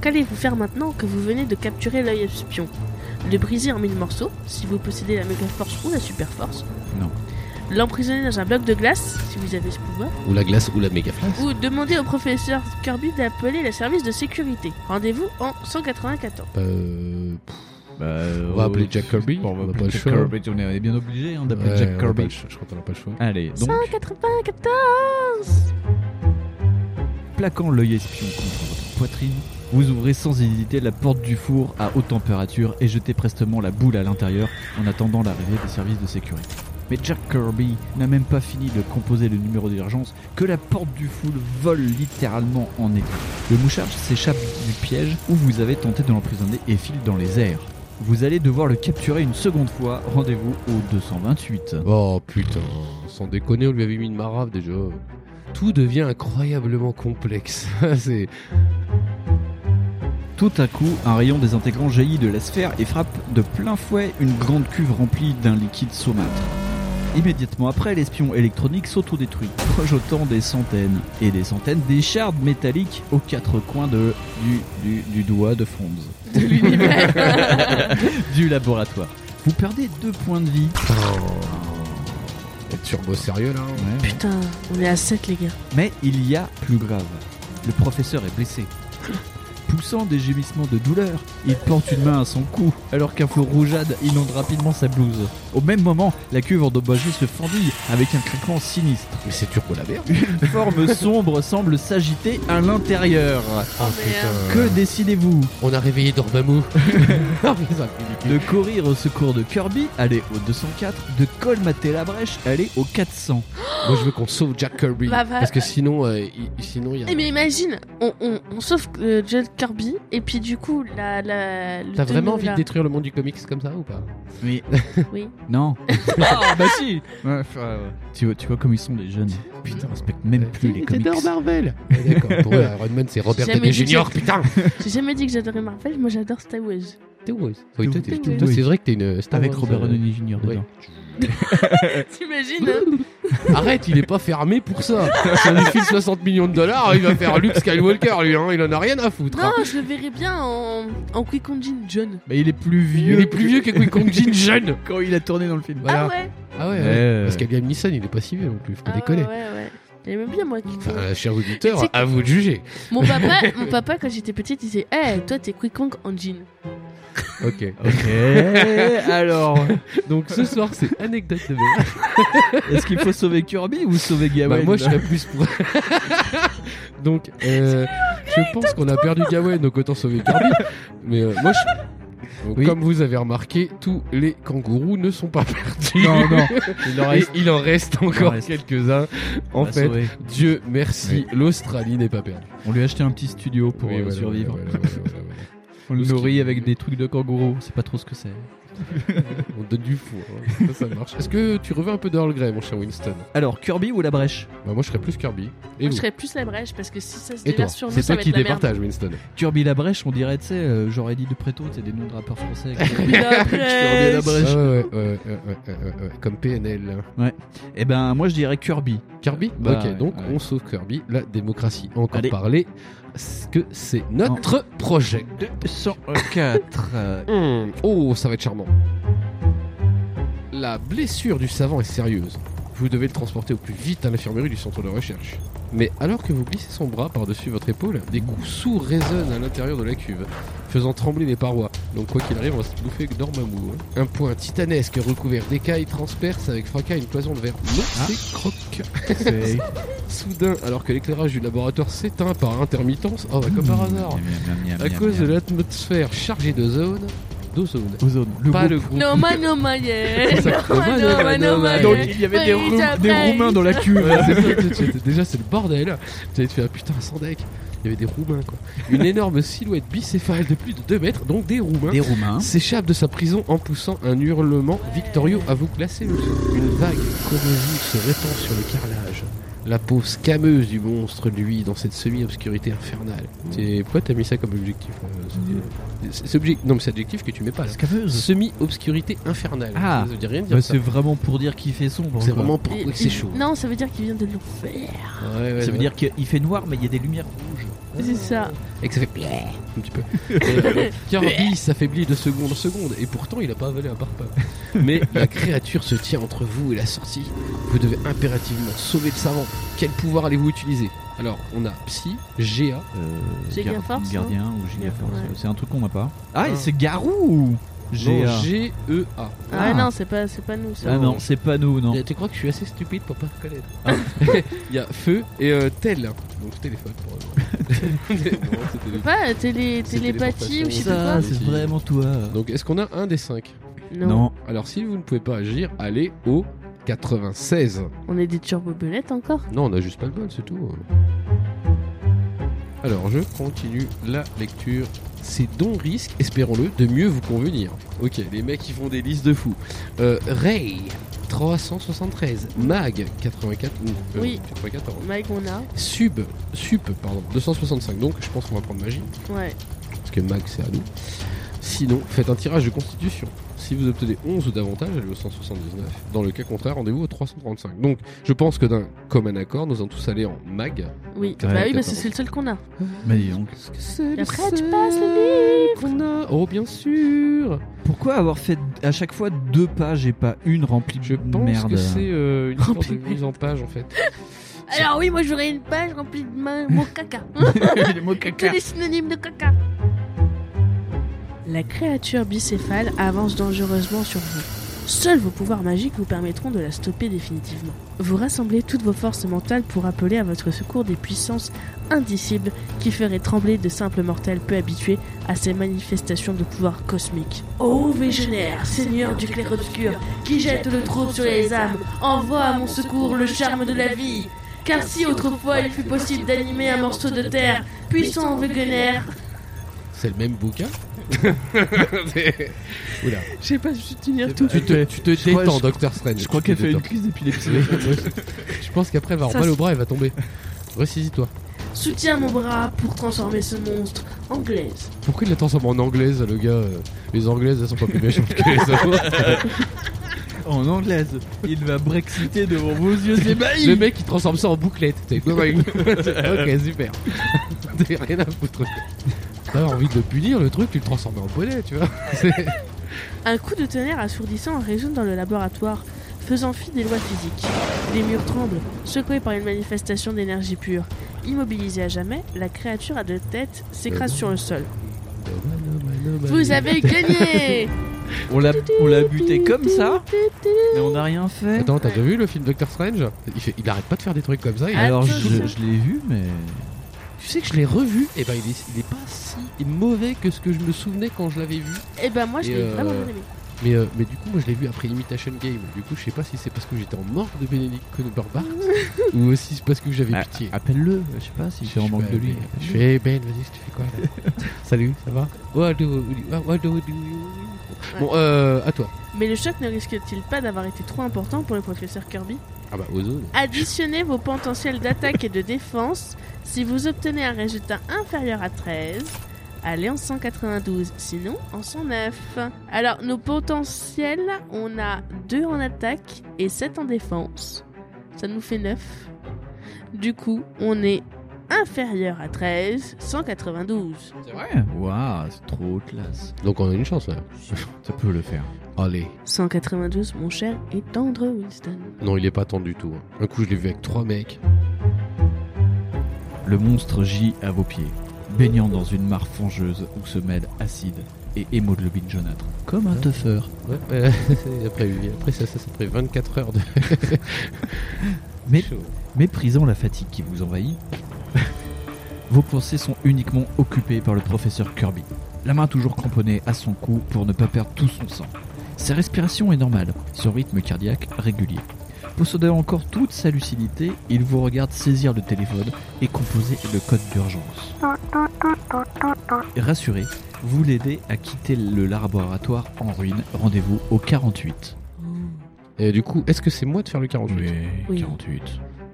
qu'allez-vous faire maintenant que vous venez de capturer l'œil espion le briser en mille morceaux, si vous possédez la méga force ou la super force.
Non.
L'emprisonner dans un bloc de glace, si vous avez ce pouvoir.
Ou la glace ou la méga flamme.
Ou demander au professeur Kirby d'appeler les services de sécurité. Rendez-vous en 194.
Euh, pff,
on
va
euh,
appeler Jack Kirby, Euh, on va pas le choix.
On est bien obligé hein, d'appeler
ouais,
Jack
on a pas
Kirby.
le choix, Je crois qu'on a pas le choix.
Allez, donc
194
plaquant l'œil espion contre votre poitrine, vous ouvrez sans hésiter la porte du four à haute température et jetez prestement la boule à l'intérieur en attendant l'arrivée des services de sécurité. Mais Jack Kirby n'a même pas fini de composer le numéro d'urgence que la porte du four vole littéralement en éclats. Le mouchard s'échappe du piège où vous avez tenté de l'emprisonner et file dans les airs. Vous allez devoir le capturer une seconde fois. Rendez-vous au 228.
Oh putain, sans déconner, on lui avait mis une marave déjà. Tout devient incroyablement complexe. c'est
Tout à coup, un rayon désintégrant jaillit de la sphère et frappe de plein fouet une grande cuve remplie d'un liquide saumâtre. Immédiatement après, l'espion électronique s'autodétruit, projetant des centaines et des centaines d'échardes métalliques aux quatre coins de, du, du, du doigt de Fonz,
de l'univers.
du laboratoire. Vous perdez deux points de vie.
Oh.
Être turbo sérieux là. hein.
Putain, on est à 7 les gars.
Mais il y a plus grave. Le professeur est blessé. Poussant des gémissements de douleur, il porte une main à son cou, alors qu'un feu rougeâtre inonde rapidement sa blouse. Au même moment, la cuve endommagée se fendille avec un craquement sinistre.
Mais c'est turbo la merde.
Une forme sombre semble s'agiter à l'intérieur.
Oh,
merde.
Que décidez-vous
On a réveillé Dormammu.
De courir au secours de Kirby, aller au 204, de colmater la brèche, aller au 400.
Moi je veux qu'on sauve Jack Kirby
Bah, va-
parce que sinon euh, il- sinon il y a
Eh, mais imagine, on, on, on sauve euh, Jack Kirby et puis du coup la la. le
T'as vraiment
tonneau,
envie
là.
de détruire le monde du comics comme ça ou pas
Mais.
Oui.
Non. Ah, bah si tu, vois, tu vois comme ils sont les jeunes. Putain, on respecte même plus les comics.
J'adore Euh, Marvel Ouais, D'accord, pour eux, Iron Man c'est Robert
Jamais
Downey
dit
Jr.
ça.
putain
J'ai jamais dit que j'adorais Marvel, moi j'adore Star Wars.
T'es où ouais Oui, toi, t'es-
T'es
toi,
où
C'est vrai que t'es une Star
Avec
Wars,
Robert
euh,
Downey Jr.
ouais.
dedans.
Eh.
T'imagines hein
Arrête, il est pas fermé pour ça Si on lui file 60 millions de dollars, il va faire Luke Skywalker lui, hein. il en a rien à foutre hein.
Non, je le verrais bien en, en Quick on Jean John.
Mais il est plus vieux.
Il est plus vieux que Quick Kong Jin jeune
quand il a tourné dans le film.
Voilà.
Ah ouais
Ah ouais, ouais.
Euh.
Parce qu'Aliam Neeson il est pas si vieux non plus, faut pas
Ah
déconner
ouais, ouais, ouais. J'aimais bien moi Quick
Enfin, euh, chers
Mais
auditeurs,
tu sais-
à vous de juger
Mon papa, mon papa quand j'étais petite, il disait Eh, toi t'es Quick Kong en jean.
Ok,
Ok. Alors,
donc ce soir c'est anecdote de merde.
est-ce qu'il faut sauver Kirby ou sauver
Bah,
Gawain
moi je serais plus pour... donc, euh, je pense qu'on a perdu Gawain, donc autant sauver Kirby. Mais euh, moi je... Donc,
Oui.
Comme vous avez remarqué, tous les kangourous ne sont pas perdus.
Non, non. Il en
Et
reste.
il en reste encore
reste.
quelques-uns. En
à
fait,
sauver.
Dieu merci, l'Australie n'est pas perdue.
on lui a acheté un petit studio pour
Oui,
euh,
voilà,
survivre.
voilà, voilà, voilà, voilà, voilà.
On le
Parce qu'il-
nourrit avec des trucs de kangourou. C'est pas trop ce que c'est.
On donne du four, hein. ça, ça marche. Est-ce que tu reviens un peu d'Earl Grey, mon cher Winston
Alors, Kirby ou la brèche
Bah moi je serais plus Kirby. Et
Moi,
vous
je serais plus la brèche parce que si ça se
Et toi
déverse sur nous,
C'est
ça
toi
va
qui
être la merde.
départage, Winston.
Kirby la brèche, on dirait, tu sais, euh, j'aurais dit de préto, c'est des noms de rappeurs français. etc.
Kirby la
Kirby la
brèche.
ouais,
brèche.
ouais, ouais, ouais, ouais, ouais, ouais, comme PNL.
Eh ben, moi je dirais Kirby.
Kirby
Bah,
Ok,
ouais,
donc
ouais.
on sauve Kirby, la démocratie. Encore
Allez.
parler, ce que c'est notre projet.
204. euh,
Hmm, Oh, ça va être charmant. La blessure du savant est sérieuse. Vous devez le transporter au plus vite à l'infirmerie du centre de recherche. Mais alors que vous glissez son bras par-dessus votre épaule, des coups sourds résonnent à l'intérieur de la cuve, faisant trembler les parois. Donc quoi qu'il arrive, on va se bouffer que Dormammu. hein. Un point titanesque recouvert d'écailles transperce avec fracas une cloison de verre. Non,
Ah.
c'est croque.
c'est-
Soudain, alors que l'éclairage du laboratoire s'éteint par intermittence, oh bah comme par hasard,
Miam, miam, miam,
à
miam,
cause de
miam.
l'atmosphère chargée d'ozone, d'ozone,
Ozone, le
pas
groupe.
le groupe
No man, no man, yeah.
C'est ça.
No man, no man, no man,
Donc
yeah.
il y avait des,
Please
Roum- des
apply.
Roumains dans la cuve.
Ouais, c'est ça, tu- tu- tu- déjà c'est le bordel. Tu allais te faire ah, putain sans deck. Il y avait des Roumains quoi. Une énorme silhouette bicéphale de plus de 2 mètres, donc des Roumains,
Des Roumains.
s'échappe de sa prison en poussant un hurlement victorieux à vous classer le son. Une vague corrosive se répand sur le carrelage. La peau scameuse du monstre, lui, dans cette semi-obscurité infernale. C'est- Pourquoi t'as mis ça comme objectif euh, c'est- c'est- c'est obje- Non, mais c'est adjectif que tu mets pas. là.
Escaveuse.
Semi-obscurité infernale.
Ah.
ça veut dire rien de dire
Bah,
ça.
c'est vraiment pour dire qu'il fait sombre.
C'est
quoi.
vraiment pour
Il-
Oh, c'est chaud.
Non, ça veut dire qu'il vient de l'enfer.
Ouais, ouais,
Ça veut
ouais.
dire qu'il fait noir, mais il y a des lumières rouges.
C'est ça.
et que ça fait bleh, un petit peu. Et euh, Kirby s'affaiblit de seconde en seconde et pourtant il a pas avalé un pare-pas. Mais la créature se tient entre vous et la sortie. Vous devez impérativement sauver le savant. Quel pouvoir allez-vous utiliser Alors on a Psy, GA,
Euh,
Giga
gar-
Force,
Gardien ou Gigaforce.
Ouais.
C'est un truc qu'on n'a pas. Ah,
Ah.
et c'est Garou G.A.
non, G-E-A.
Ah,
Ah.
non, c'est pas, c'est pas nous ça.
Ah non, c'est pas nous, non.
Et Tu crois que je suis assez stupide pour pas reconnaître Il y a Feu et euh, Tel. Donc téléphone pour Non, c'était
C'est Pas euh, télé,
C'est
télépathie ou je sais
Ça,
pas
c'est vraiment toi.
Donc est-ce qu'on a un des cinq
quoi.
Non.
Alors si vous ne pouvez pas agir, allez au 96.
On est des turbobelettes encore
Non, on a juste pas le bol, c'est tout. Alors, je continue la lecture. C'est donc risque, espérons-le, de mieux vous convenir. Ok, les mecs, ils font des listes de fous. Euh, Ray, 373. Mag, 84. euh,
Oui.
94.
Mike, on a.
Sub, sup, pardon, 265. Donc, je pense qu'on va prendre magie,
Ouais. Bah
parce que mag, c'est à nous. Sinon, faites un tirage de constitution. Si vous obtenez 11 ou davantage, allez au 179. Dans le cas contraire, rendez-vous au 335. Donc, je pense que d'un commun accord, nous allons tous aller en mag.
Oui. bah oui,
Ouais,
t'as
mais
pas
c'est c'est le seul qu'on a.
Mais dis donc.
Qu'est-ce que c'est
Et
le
après, tu
seul
passes
qu'on a Oh, bien sûr
Pourquoi avoir fait à chaque fois deux pages et pas une remplie de
Je pense
merde
que c'est euh,
Oh,
une histoire de
putain.
mise en page, en fait.
Alors oui, moi j'aurais une page remplie de mains, mots caca.
Les mots caca.
Que des synonymes de caca. La créature bicéphale avance dangereusement sur vous. Seuls vos pouvoirs magiques vous permettront de la stopper définitivement. Vous rassemblez toutes vos forces mentales pour appeler à votre secours des puissances indicibles qui feraient trembler de simples mortels peu habitués à ces manifestations de pouvoir cosmique. Ô Végénaire, seigneur du clair obscur, qui jette le trouble sur les âmes, envoie à mon secours le charme de la vie. Car si autrefois il fut possible d'animer un morceau de terre, puissant Wegener,
C'est le même bouquin Oula.
je sais pas soutenir
Tu te, tu te
Je crois-
détends,
je-
Doctor Strange.
Je crois
Tu
qu'elle
te
fait une
détends.
crise d'épilepsie.
je pense qu'après, elle va avoir
Ça,
mal au
c'est-
bras, elle va tomber. Ressaisis-toi.
Soutiens mon bras pour transformer ce monstre anglaise.
Pourquoi il la transforme en anglaise, le gars euh Les anglaises, elles sont pas plus méchantes que les autres.
en anglaise. Il va brexiter devant vos yeux ébahis.
Le mec, il transforme ça en bouclette. T'es- ok, super. T'as rien à foutre. T'as envie de le punir, le truc, tu le transformes en bonnet, tu vois. C'est-
Un coup de tonnerre assourdissant résonne dans le laboratoire, faisant fi des lois physiques. Les murs tremblent, secoués par une manifestation d'énergie pure. Immobilisée à jamais, la créature à deux têtes s'écrase sur le sol.
Bah,
Vous avez gagné
On l'a, on l'a buté comme ça, mais on n'a rien fait.
Attends, t'as déjà vu le film Doctor Strange il, fait- il arrête pas de faire des trucs comme ça. il-
Ah.
Alors je,
Attention.
je l'ai vu, mais
Tu sais que je l'ai revu, et ben il est, il est pas si mauvais que ce que je me souvenais quand je l'avais vu.
Eh ben moi je
Et
l'ai
euh,
vraiment bien aimé.
Mais, euh, mais du coup, moi je l'ai vu après Imitation Game. Du coup, je sais pas si c'est parce que j'étais en mort de Benedict Cumberbatch ou aussi c'est parce que j'avais
Ah,
pitié.
appelle-le. Je sais pas si j'ai en manque de lui.
Je fais Ben, vas-y, tu fais quoi là Salut, ça va What do- what do- what do you- Bon, euh, à toi.
Mais le choc ne risque-t-il pas d'avoir été trop important pour le professeur Kirby
Ah bah, Ozo.
Additionnez vos potentiels d'attaque et de défense. Si vous obtenez un résultat inférieur à 13, allez en 192, sinon en 109. Alors, nos potentiels, on a 2 en attaque et 7 en défense. Ça nous fait 9. Du coup, on est inférieur à 13, 192.
C'est
Ouais. Waouh, c'est trop classe.
Donc, on a une chance hein. là.
Ça peut le faire.
Allez.
192, mon cher et tendre Winston.
Non, il est pas tendu du tout. hein. Un coup, je l'ai vu avec trois mecs.
Le monstre gît à vos pieds, baignant dans une mare fangeuse où se mêlent acide et hémoglobine jaunâtre. Comme un teufeur.
Ouais, après, après ça, ça, ça fait 24 heures de.
Mais
Chaud.
Méprisant la fatigue qui vous envahit, vos pensées sont uniquement occupées par le professeur Kirby, la main toujours cramponnée à son cou pour ne pas perdre tout son sang. Sa respiration est normale, son rythme cardiaque régulier. Possédant encore toute sa lucidité, il vous regarde saisir le téléphone et composer le code d'urgence. Rassuré, vous l'aidez à quitter le laboratoire en ruine. Rendez-vous au 48.
Et du coup, est-ce que c'est moi de faire le 48
Oui.
48.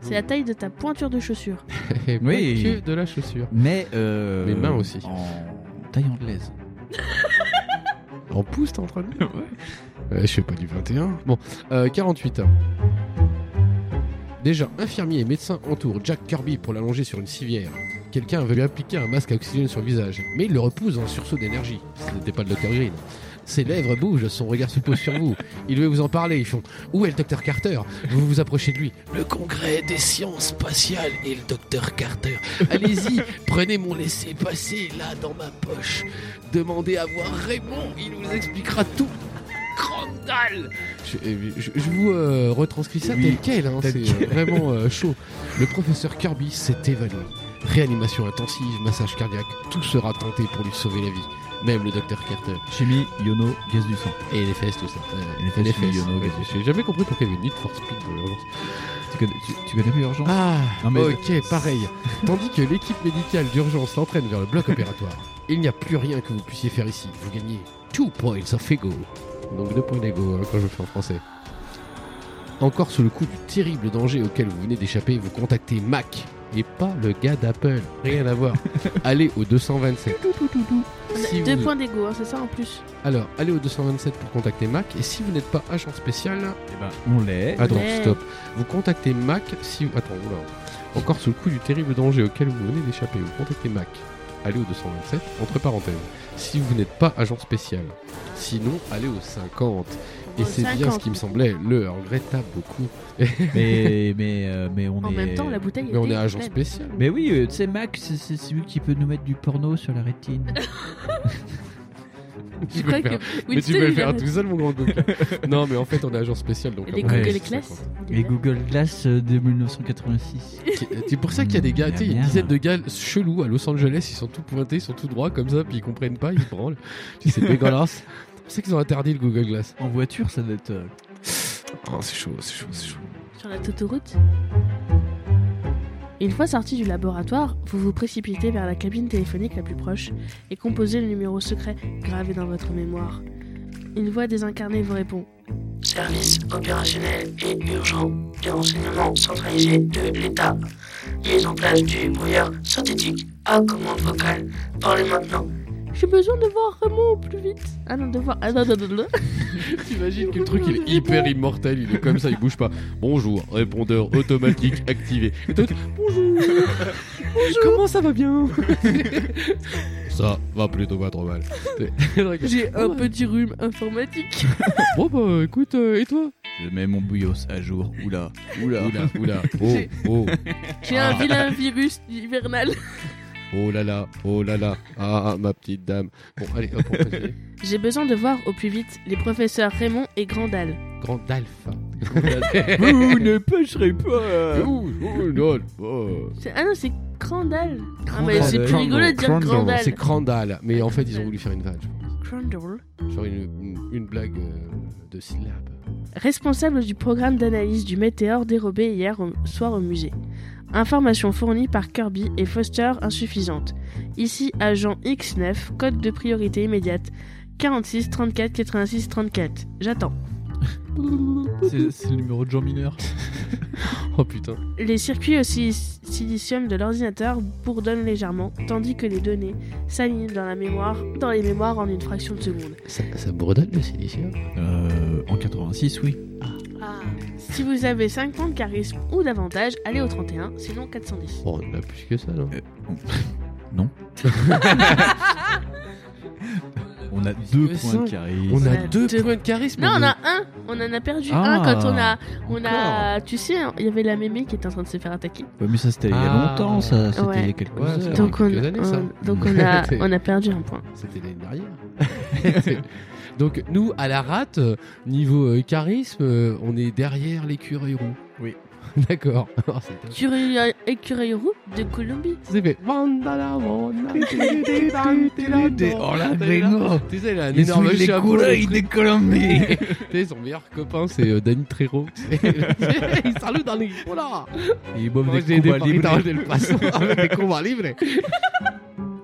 C'est la taille de ta pointure de chaussure.
Et Eh, pas
Oui.
que de la chaussure.
Mais euh,
Mes mains aussi.
En taille anglaise.
En pouce, t'es en train de dire Euh, Je fais pas du 21. Bon, euh, 48. Déjà, infirmiers et médecins entourent Jack Kirby pour l'allonger sur une civière. Quelqu'un veut lui appliquer un masque à oxygène sur le visage, mais il le repousse en sursaut d'énergie. Ce n'était pas le Dr Green. Ses lèvres bougent, son regard se pose sur vous. Il veut vous en parler, ils font « Où est le Dr Carter ?» Vous vous approchez de lui. « Le congrès des sciences spatiales et le Dr Carter. Allez-y, prenez mon laissez-passer là dans ma poche. Demandez à voir Raymond, il vous expliquera tout. » Grande dalle je, je- je vous euh, retranscris ça
Oui,
tel quel, hein,
tel
c'est
quel.
euh, vraiment euh, chaud. Le professeur Kirby s'est évanoui. Réanimation intensive, massage cardiaque, tout sera tenté pour lui sauver la vie. Même le docteur Carter.
Chimie, Yono, gaz du sang.
Et les fesses, tout ça.
Et les fesses,
Les
oui, il y en a,
ouais,
oui.
J'ai jamais compris pourquoi il y avait une Need for Speed dans l'urgence.
Tu connais, tu, tu connais plus Urgence
Ah,
Non, mais-
ok, pareil. Tandis que l'équipe médicale d'urgence l'entraîne vers le bloc opératoire, il n'y a plus rien que vous puissiez faire ici. Vous gagnez 2 points of ego. Donc 2 points d'ego hein, quand je fais en français. Encore sous le coup du terrible danger auquel vous venez d'échapper, vous contactez Mac et pas le gars d'Apple. Rien à voir. Allez au 227. Si
Deux
vous-
points d'ego, hein, c'est ça en plus.
Alors, allez au 227 pour contacter Mac et si vous n'êtes pas agent spécial,
Eh ben, on l'est.
Attends,
Ouais.
Ah, stop. Vous contactez Mac si. Attends, oula. Encore sous le coup du terrible danger auquel vous venez d'échapper, vous contactez Mac. Allez au 227, entre parenthèses. Si vous n'êtes pas agent spécial. Sinon, allez au 50. Et
Au
c'est bien ce
50.
qui me semblait. Le regrettable beaucoup.
Mais, mais, euh, mais on
En
est.
même temps, la bouteille
Mais on est
était
agent
pleine.
spécial.
Mais oui, euh, tu sais, Mac, c'est- c'est celui qui peut nous mettre du porno sur la rétine.
Je
Tu peux
crois
le faire-
que
Mais tu
Winston,
peux le
il
faire
a-
tout seul, mon grand coquin. non, mais en fait, on est agent spécial. Donc
Les
on est
Ouais.
Google
au
Class.
50.
Et Google Glass euh, de 1986.
euh, C'est pour ça qu'il y a des gars,
La
tu sais, il y a une
merde.
dizaine de gars chelous à Los Angeles, ils sont tout pointés, ils sont tout droits comme ça, puis ils comprennent pas, ils branlent. Tu sais, C'est dégueulasse. C'est ça qu'ils ont interdit le Google Glass.
En voiture, ça doit être. euh,
Oh, c'est chaud, c'est chaud, c'est chaud.
Sur la autoroute Une fois sorti du laboratoire, vous vous précipitez vers la cabine téléphonique la plus proche et composez le numéro secret gravé dans votre mémoire. Une voix désincarnée vous répond.
Service opérationnel et urgent de renseignement centralisé de l'État. Mise en place du brouilleur synthétique à commande vocale. Parlez maintenant.
J'ai besoin de voir Raymond au plus vite. Ah non, de voir. Ah non, non, non, non.
T'imagines que le truc il est hyper immortel, il est comme ça, il bouge pas. Bonjour, répondeur automatique activé. Et toi, bonjour,
Comment ça va bien
ça va plutôt pas trop mal.
J'ai un petit rhume informatique.
Bon bah écoute, euh, et toi
Je mets mon bouillos à jour. Oula. Oula.
Oula, oula, oh, oh,
J'ai un vilain virus hivernal.
oh là là, oh là là, ah ma petite dame. Bon allez, hop, on continue.
J'ai besoin de voir au plus vite les professeurs Raymond et Grandal.
Grand alpha.
Vous ne pêcherez pas
Ouh, ouh, non, oh.
C'est- Ah non, c'est Grandal. Ah mais
Crandall.
c'est plus rigolo de dire
Crandall,
Grandal.
C'est Crandall, mais en fait ils ont voulu faire une vanne, je pense.
Crandall.
Genre une, une- une blague euh, de syllabes.
responsable du programme d'analyse du météore dérobé hier au- soir au musée. Informations fournies par Kirby et Foster insuffisantes. Ici agent X9, code de priorité immédiate 46 34 86 34. J'attends.
C'est c'est le numéro de Jean Mineur.
Oh putain.
Les circuits au si- silicium de l'ordinateur bourdonnent légèrement, tandis que les données s'alignent dans la mémoire, dans les mémoires en une fraction de seconde.
Ça, ça bourdonne le silicium
Euh, en 86, oui.
Si vous avez 50 charisme ou davantage, allez au 31, sinon 410.
Bon, Oh, on en a plus que ça là.
On a deux
que
points de
ça
charisme.
On
a
a deux
deux.
points de charisme.
Non, on
mais-
a un. On en a perdu
Ah,
un Hein, quand on a, on
encore.
a. Tu sais, il y avait la mémé qui était en train de se faire attaquer.
Ouais, Bah, mais ça, c'était il y a
Ah.
longtemps, ça. C'était
Ouais.
il y a quelques
Ouais,
heures.
c'est vrai.
Donc on,
Ah, quelques années, ça.
on- donc on a, on a perdu un point.
C'était l'année dernière. Donc nous, à la rate, euh, niveau euh, charisme, euh, on est derrière l'écureuil roux.
Oui.
D'accord. Alors, c'est top.
Curie- Écureuil roux euh, de Colombie.
C'est fait. Vandala, vandala,
Oh là, Grégo
Tu sais, là, un
Les
énorme chapeau, le
couleurs
truc.
de Colombie
Tu sais, son meilleur copain, c'est euh, Danny Trejo. Il salue Danny. Voilà.
Ils
Moi,
boivent
j'ai
des
des
combats
paris dans le
libres.
Paso avec des combats libres.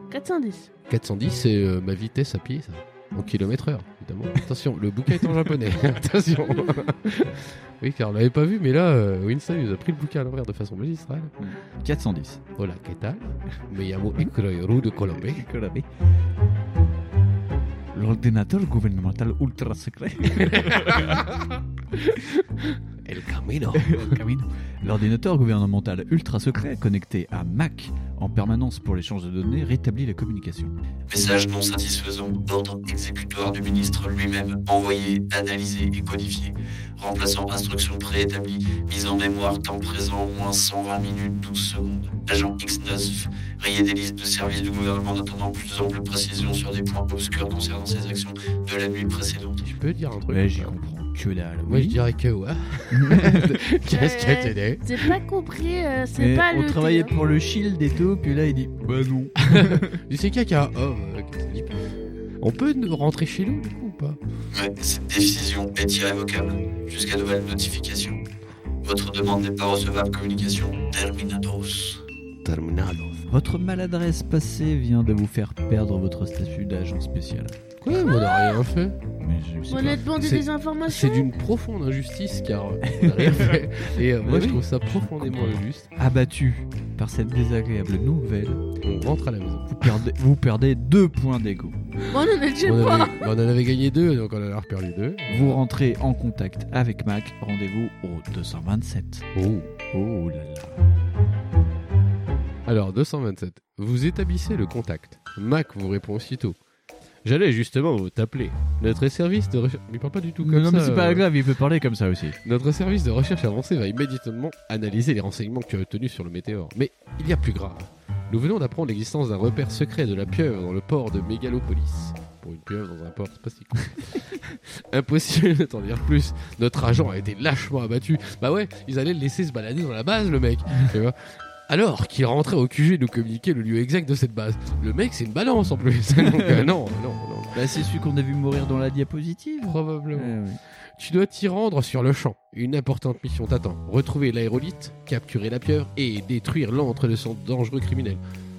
410.
410, c'est euh, ma vitesse à pied, ça. En kilomètre heure, évidemment. Attention, le bouquin est en japonais. Attention. oui, car on l'avait pas vu, mais là, euh, Winston, il nous a pris le bouquin à l'envers de façon magistrale.
410.
Hola, que tal? Me llamo Ikroiru de Colombie.
Colombie. L'ordinateur gouvernemental ultra secret.
El Camino.
L'ordinateur gouvernemental ultra secret connecté à Mac en permanence pour l'échange de données rétablit la communication.
Message non satisfaisant d'ordre exécutoire du ministre lui-même, envoyé, analysé et codifié, remplaçant instruction préétablie, mise en mémoire temps présent moins 120 minutes 12 secondes. Agent X9, rayé des listes de services du gouvernement en attendant plus ample précision sur des points obscurs concernant ses actions de la nuit précédente.
Je peux dire un truc
Mais j'y comprends que dalle.
Moi je
Oui.
dirais que ouais. Qu'est-ce que t'es né
J'ai pas compris, euh, c'est
Mais
pas
on
le.
travaillait
thé, hein.
pour le shield et tout, puis là il dit Bah non.
Mais c'est caca. Oh, euh, qu'est-ce qu'il dit On peut nous rentrer chez nous du coup ou pas
Mais cette décision est irrévocable jusqu'à nouvelle notification. Votre demande n'est pas recevable. Communication terminados.
Terminado.
Votre maladresse passée vient de vous faire perdre votre statut d'agent spécial.
Quoi On n'a rien fait.
Mais je sais
On
pas.
a demandé
C'est-
des informations.
C'est d'une profonde injustice car euh, on n'a rien fait. Et euh, moi
Mais
je
oui.
trouve ça profondément injuste.
Abattu par cette désagréable nouvelle,
On rentre à la maison.
vous perdez, vous perdez deux points d'ego.
On en a déjà
On,
pas.
avait, on en avait gagné deux donc on en a perdu deux.
Vous rentrez en contact avec Mac. Rendez-vous au 227.
Oh.
Oh là là.
Alors 227. Vous établissez le contact. Mac vous répond aussitôt. J'allais justement vous t'appeler. Notre service de recherche. Il parle pas du tout comme
non,
ça.
mais c'est pas
euh,
grave, il peut parler comme ça aussi.
Notre service de recherche avancée va immédiatement analyser les renseignements que tu as obtenus sur le météore. Mais il y a plus grave. Nous venons d'apprendre l'existence d'un repère secret de la pieuvre dans le port de Mégalopolis. Pour une pieuvre dans un port, c'est pas si cool. Impossible de t'en dire plus. Notre agent a été lâchement abattu. Bah ouais, ils allaient le laisser se balader dans la base, le mec. tu vois. Alors qu'il rentrait au QG nous communiquer le lieu exact de cette base. Le mec, c'est une balance en plus. Donc, euh, non, non, non.
Bah, c'est celui qu'on a vu mourir dans la diapositive. Eh
Probablement. Tu dois t'y rendre sur le champ. Une importante mission t'attend. Retrouver l'aérolite, capturer la pieuvre et détruire l'antre de son dangereux criminel.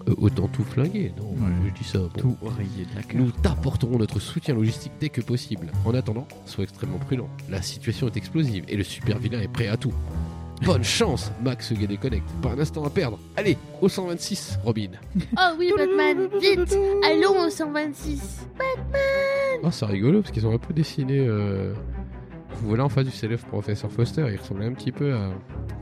Euh, autant tout flinguer, non
Ouais.
Je dis ça. bon.
Tout rayé de la
Nous t'apporterons notre soutien logistique dès que possible. En attendant, sois extrêmement prudent. La situation est explosive et le super vilain est prêt à tout. Bonne chance, Max Gay déconnecte. Pas un instant à perdre. Allez, au 126, Robin.
Oh oui, Batman, vite Allons au 126
Oh, c'est rigolo parce qu'ils ont un peu dessiné. euh, Vous voilà en face du célèbre professeur Foster. Il ressemblait un petit peu à.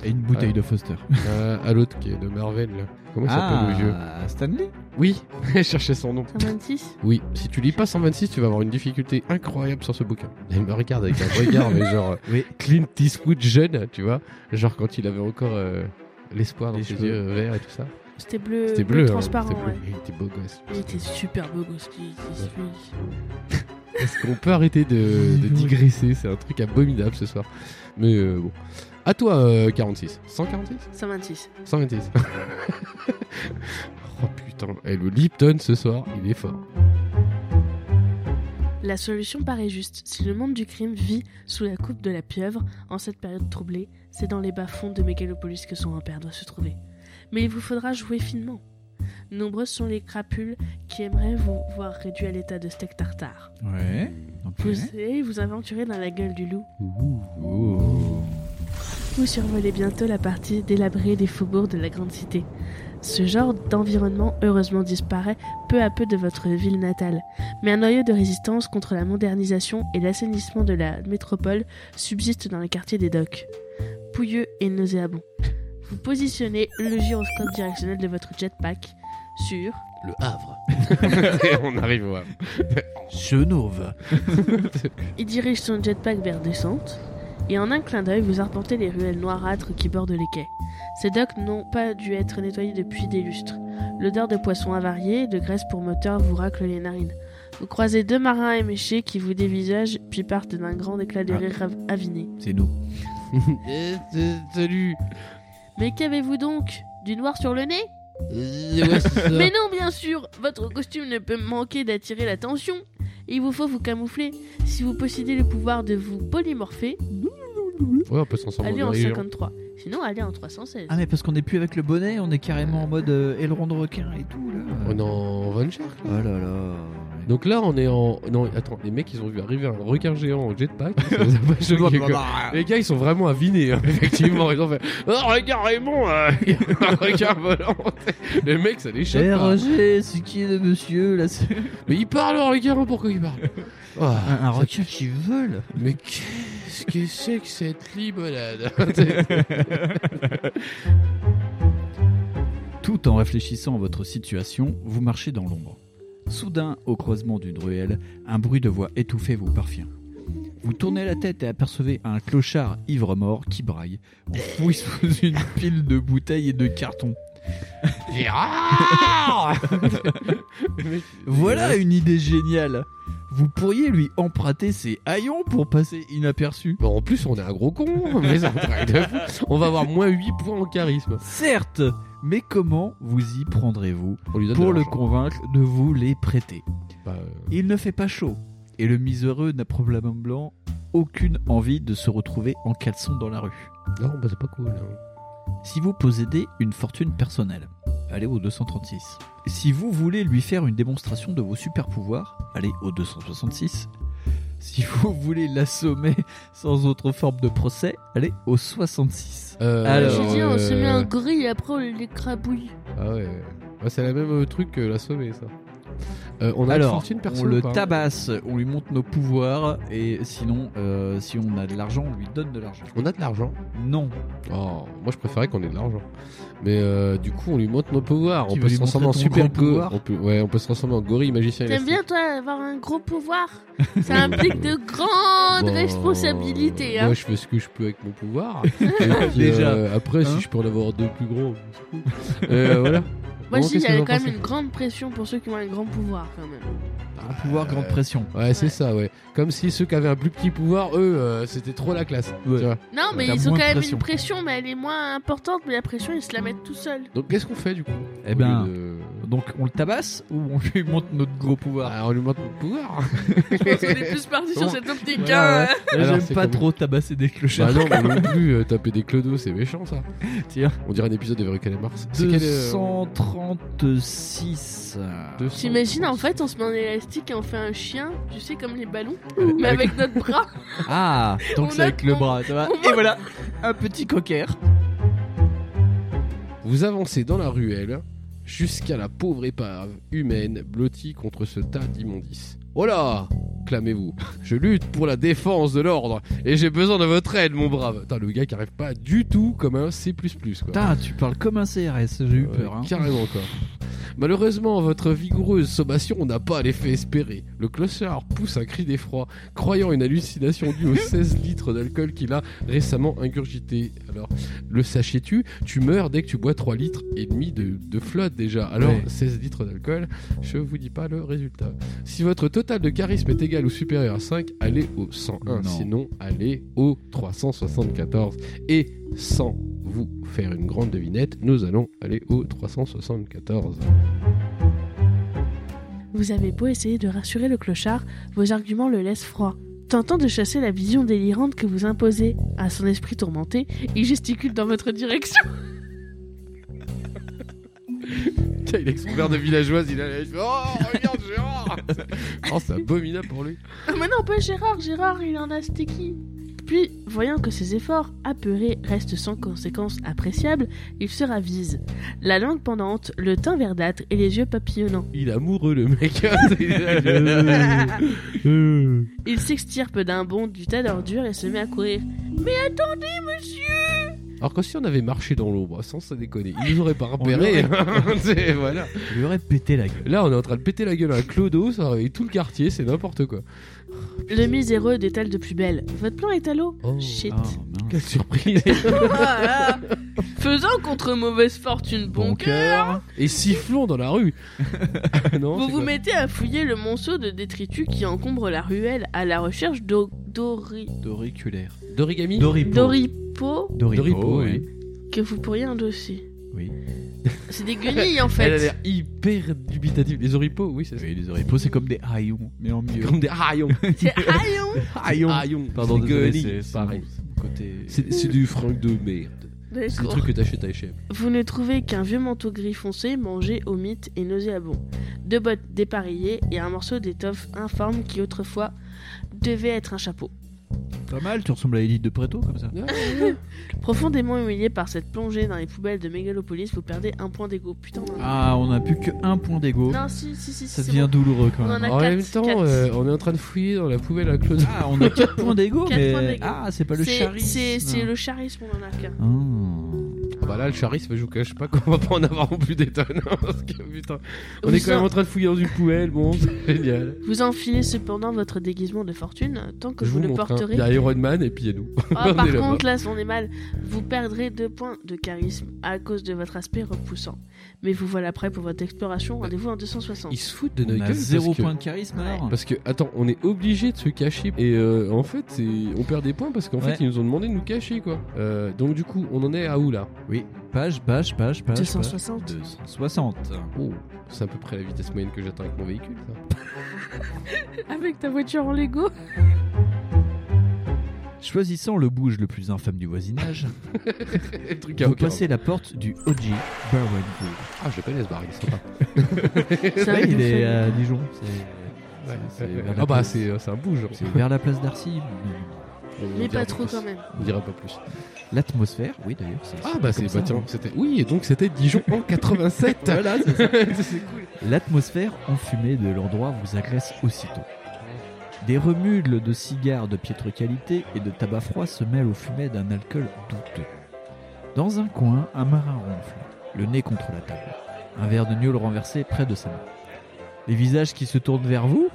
Et une bouteille
Ouais.
de Foster.
Euh, à l'autre qui est de Marvel. Là. Comment il s'appelle le vieux
Ah, Stanley
Ah. Oui, cherchez son nom.
126
Oui, si tu lis pas 126, tu vas avoir une difficulté incroyable sur ce bouquin. Elle me regarde avec un regard, mais genre
Oui.
Clint Eastwood jeune, tu vois. Genre quand il avait encore euh, l'espoir dans
Les
ses
cheveux.
yeux verts et tout ça.
C'était bleu,
C'était
bleu
bleu, hein,
Euh, transparent,
c'était bleu.
ouais.
Il était beau gosse.
Il était super beau, gosse qui qui suit.
Est-ce qu'on peut arrêter de, de digresser C'est un truc abominable ce soir. Mais euh, bon. À toi, euh, 46. 146
126.
126. oh putain, et le Lipton ce soir, il est fort.
La solution paraît juste. Si le monde du crime vit sous la coupe de la pieuvre en cette période troublée, c'est dans les bas-fonds de Mégalopolis que son père doit se trouver. Mais il vous faudra jouer finement. Nombreuses sont les crapules qui aimeraient vous voir réduit à l'état de steak tartare.
Ouais. Ok.
Vous allez vous aventurer dans la gueule du loup.
Oh.
Vous survolez bientôt la partie délabrée des faubourgs de la grande cité. Ce genre d'environnement heureusement disparaît peu à peu de votre ville natale, mais un noyau de résistance contre la modernisation et l'assainissement de la métropole subsiste dans les quartiers des docks. Pouilleux et nauséabond. Vous positionnez le gyroscope directionnel de votre jetpack sur
Le Havre. on arrive au Havre.
Chenauve.
Il dirige son jetpack vers Descente, et en un clin d'œil, vous arpentez les ruelles noirâtres qui bordent les quais. Ces docks n'ont pas dû être nettoyés depuis des lustres. L'odeur de poissons avariés, de graisse pour moteur vous racle les narines. Vous croisez deux marins éméchés qui vous dévisagent, puis partent d'un grand éclat de
Ah.
rire av- aviné.
C'est nous.
Salut.
Mais qu'avez-vous donc Du noir sur le nez Mais
Mais
non, bien sûr Votre costume ne peut manquer d'attirer l'attention. Il vous faut vous camoufler. Si vous possédez le pouvoir de vous polymorpher,
Ouais, on peut s'en sortir.
allez en
dirigeant.
53. Sinon, allez en 316.
Ah, mais parce qu'on n'est plus avec le bonnet, on est carrément en mode euh, aileron de requin et tout là.
On est en Von Shark.
Oh là là.
Donc là, on est en. Non, attends, les mecs, ils ont vu arriver un requin géant en jetpack. Ça les a pas choqués, quoi. Les gars, ils sont vraiment avinés, hein, effectivement. Ils ont fait Oh, regarde Raymond, euh, il y a un requin volant. Les mecs, ça les choque.
Eh,
pas.
Roger, c'est qui le monsieur là c'est-
hein, Mais ils parlent, le requin, pourquoi ils parlent Oh,
Un, un requin qui vole.
Mais
Qu'est-ce
qu'est-ce
que c'est que cette limonade
hein,
Tout en réfléchissant à votre situation, vous marchez dans l'ombre. Soudain, au croisement d'une ruelle, un bruit de voix étouffée vous parvient. Vous tournez la tête et apercevez un clochard ivre-mort qui braille, enfoui sous une pile de bouteilles et de cartons.
Gérard
Voilà une idée géniale Vous pourriez lui emprunter ses haillons pour passer inaperçu.
Bon, Bah, en plus, on est un gros con, mais ça me traite de fou. on va avoir moins 8 points en charisme.
Certes, mais comment vous y prendrez-vous
On lui donne
pour
de
le
l'argent.
convaincre de vous les prêter
Bah, euh,
Il ne fait pas chaud, et le miséreux n'a probablement aucune envie de se retrouver en caleçon dans la rue.
Non, bah c'est pas cool. hein.
Si vous possédez une fortune personnelle, allez au 236. Si vous voulez lui faire une démonstration de vos super pouvoirs, allez au 266. Si vous voulez l'assommer sans autre forme de procès, allez au 66.
Euh,
Alors,
Je veux dire, on se met
euh,
un gorille et après on l'écrabouille.
Ah ouais.
Bah, c'est la même euh, truc que la sommée, ça. Euh, on a
Alors,
une fortune perso
on le
ou pas
tabasse, on lui montre nos pouvoirs, et sinon, euh, si on a de l'argent, on lui donne de l'argent.
On a de l'argent.
Non.
Oh, moi je préférais qu'on ait de l'argent. Mais euh, du coup, on lui montre nos pouvoirs.
Tu
on
veux
peut
lui
se transformer en
montrer ton
super
grand
go.
pouvoir
On peut, ouais, on peut se transformer en gorille magicien.
T'aimes bien,
élastique.
toi, avoir un gros pouvoir Ça implique de grandes
Bon,
responsabilités. Hein.
Moi, je fais ce que je peux avec mon pouvoir. Et puis,
Déjà.
euh, après,
Hein
si je peux en avoir deux plus gros, c'est cool. Euh, voilà.
Moi, je dis,
Bon,
il
qu'est-ce
y
que
a
vous en
quand même
pensez
une grande pression pour ceux qui ont un grand pouvoir, quand même.
Grand pouvoir, grande
euh,
pression.
Ouais, c'est ça, ouais. Comme si ceux qui avaient un plus petit pouvoir, eux, euh, c'était trop la classe.
Ouais.
tu vois.
Non, mais
T'as
ils ont
moins
quand
de
même
pression.
une pression, mais elle est moins importante. Mais la pression, ils se la mettent tout seuls.
Donc, qu'est-ce qu'on fait du coup
Eh
Au
ben,
lieu de-
Donc on le tabasse ou on lui montre notre gros pouvoir
Ah, on lui montre notre pouvoir.
Je pense qu'on est plus parti
Bon.
sur cette optique.
Ouais,
hein.
ouais.
Alors,
J'aime
c'est
pas
comme-
trop tabasser des
bah
clochards.
non, mais non plus, euh, taper des clodos, c'est méchant ça.
Tiens.
On dirait un épisode des Verrucales Mars. C'est quel, euh,
236.
deux cents-
T'imagines, en fait, on se met en élastique et on fait un chien, tu sais, comme les ballons,
Avec-
mais avec notre bras.
Ah, tant
On
que c'est avec le
attend.
bras, ça va.
On
Et voilà, un petit cocker.
Vous avancez dans la ruelle jusqu'à la pauvre épave humaine blottie contre ce tas d'immondices. Oh là clamez-vous. Je lutte pour la défense de l'ordre et j'ai besoin de votre aide, mon brave. Putain, le gars qui arrive pas du tout comme un C++ quoi.
Putain, tu parles comme un CRS, j'ai eu peur.
Ouais,
Hein.
Carrément quoi. Malheureusement, votre vigoureuse sommation n'a pas l'effet espéré. Le clochard pousse un cri d'effroi, croyant une hallucination due aux 16 litres d'alcool qu'il a récemment ingurgité. Alors, le sachais-tu Tu meurs dès que tu bois 3 litres et demi de, de flotte déjà. Alors,
Ouais.
16 litres d'alcool, je vous dis pas le résultat. Si votre total de charisme est égal ou supérieur à 5, allez au 101.
Non.
Sinon, allez au 374. Et sans vous faire une grande devinette, nous allons aller au 374.
Vous avez beau essayer de rassurer le clochard, vos arguments le laissent froid. Tentant de chasser la vision délirante que vous imposez à son esprit tourmenté, il gesticule dans votre direction.
Tiens, il est expert de villageoise, il a Oh, regarde Gérard Oh, c'est abominable pour lui.
Ah, mais non, pas Gérard, Gérard, il en a stick.
Tiki. Puis, voyant que ses efforts apeurés restent sans conséquences appréciables, il se ravise. La langue pendante, le teint verdâtre et les yeux papillonnants.
Il est amoureux, le mec. Euh.
Il s'extirpe d'un bond du tas d'ordures et se met à courir.
Alors que si on avait marché dans l'ombre, sans ça déconner, il nous aurait pas repéré. C'est- voilà.
Je lui aurais pété la gueule.
Là, on est en train de péter la gueule à un clodo, ça réveille tout le quartier, c'est n'importe quoi.
Le miséreux détale de plus belle. Votre plan est à l'eau
Oh.
Shit.
Ah, mince.
Quelle surprise
Voilà. Faisant contre mauvaise fortune bon,
Bon
cœur,
cœur.
Et sifflons dans la rue non,
vous
hein, c'est
vous
quoi
mettez à fouiller le monceau de détritus qui encombre la ruelle à la recherche d'o- d'ori-
Doriculaire.
D'origami
Doripo.
d'oripeaux
Doripo,
Doripo,
oui.
que vous pourriez endosser.
Oui.
C'est des guenilles en
Elle
fait.
a l'air hyper dubitative. Les oripos, oui, c'est ça.
Oui, les oripos, c'est comme des haillons, mais en mieux.
Comme des haillons.
C'est haillons.
haillons.
Haillons.
Pardon,
C'est
désolé,
gueulis.
c'est- c'est
Pareil.
mon Côté...
C'est c'est du fringue de merde. C'est des
D'accord.
trucs que t'achètes à H&M.
Vous ne trouvez qu'un vieux manteau gris foncé mangé au mythe et nauséabond, deux bottes dépareillées et un morceau d'étoffe informe qui autrefois devait être un chapeau.
Pas mal, tu ressembles à Elite de Préto comme ça.
Ah, Profondément humilié par cette plongée dans les poubelles de Mégalopolis, vous perdez un point d'ego. Putain. on en a-
Ah, on a plus que un point d'ego.
Non, si, si, si. si,
Ça
c'est
devient
bon.
douloureux quand
On
même.
en a
En
quatre,
même temps,
quatre.
euh, on est en train de fouiller dans la poubelle à Claude.
Ah, on a 4 points d'ego,
Quatre points
mais.
d'ego.
Ah, c'est pas le
C'est-
charisme.
C'est c'est le charisme, on en a qu'un.
Ah.
Ah bah là, le charisme, je vous cache pas qu'on va pas en avoir non plus des tonnes. hein, parce que, putain, on
Vous
est quand
en-
même en train de fouiller dans une poubelle, bon, c'est génial.
Vous enfilez cependant votre déguisement de fortune tant que
je
vous,
vous
le
montre, hein.
porterez.
Il y a Iron Man et puis il y a nous.
Ah,
On
par
est là-bas.
contre, là, on est mal. Vous perdrez deux points de charisme à cause de votre aspect repoussant. Mais vous voilà prêt pour votre exploration. Rendez-vous en 260.
Ils se foutent de
On
notre
a
gueule.
0
parce que-
point de charisme alors.
Parce que, attends, on est obligé de se cacher. Et euh, en fait, c'est- on perd des points parce qu'en
Ouais.
fait, ils nous ont demandé de nous cacher, quoi. Euh, donc, du coup, on en est à où là
Oui, page, page, page, page.
260.
page. 260.
Oh, c'est à peu près la vitesse moyenne que j'atteins avec mon véhicule, ça.
Avec ta voiture en Lego
Choisissant le bouge le plus infâme du voisinage,
Le truc à
vous
aucun
passez la porte du OG Barwell Brew.
rapport. Ah, je le connais ce bar, il est sympa.
C'est un
Ouais, il
buffet.
est à Dijon. C'est- c'est vers la
Ah, bah,
place-
c'est euh, c'est un bouge.
c'est vers la place d'Arcy.
On en
Mais
dira
pas trop
plus.
quand même.
On dira pas plus.
L'atmosphère, oui d'ailleurs.
Ah, bah,
comme
c'est.
ça.
Bah, tiens, c'était. Oui, et donc, c'était Dijon en 87.
Voilà, c'est ça.
c'est cool.
L'atmosphère enfumée de l'endroit vous agresse aussitôt. Des remudes de cigares de piètre qualité et de tabac froid se mêlent aux fumées d'un alcool douteux. Dans un coin, un marin ronfle, le nez contre la table, un verre de gnôle renversé près de sa main. Les visages qui se tournent vers vous,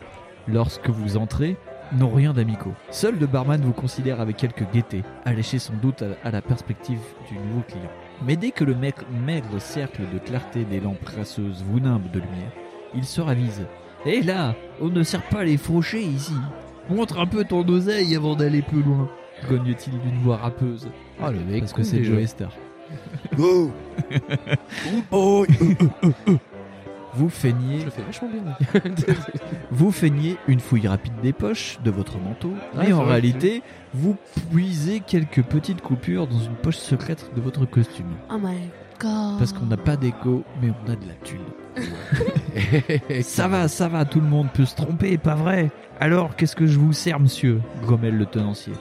lorsque vous entrez, n'ont rien d'amicaux. Seul le barman vous considère avec quelque gaieté, alléché sans doute à- à la perspective du nouveau client. Mais dès que le maigre, maigre cercle de clarté des lampes rasseuses vous nimbe de lumière, il se ravise. Hé là, on ne sert pas les fauchés ici. Montre un peu ton oseille avant d'aller plus loin. Cogne-t-il d'une voix râpeuse
Ah, le mec,
Parce que
cool,
c'est
déjà.
Joe Star.
Oh, euh,
Vous feignez,
Je le fais vachement bien.
vous feignez une fouille rapide des poches de votre manteau,
Ah,
mais
c'est
en
vrai.
réalité, vous puisez quelques petites coupures dans une poche secrète de votre costume.
Oh my god.
Parce qu'on n'a pas d'écho, mais on a de la thune.
Et
Ça va, ça va, tout le monde peut se tromper, pas vrai Alors, qu'est-ce que je vous sers, monsieur grommelle le tenancier.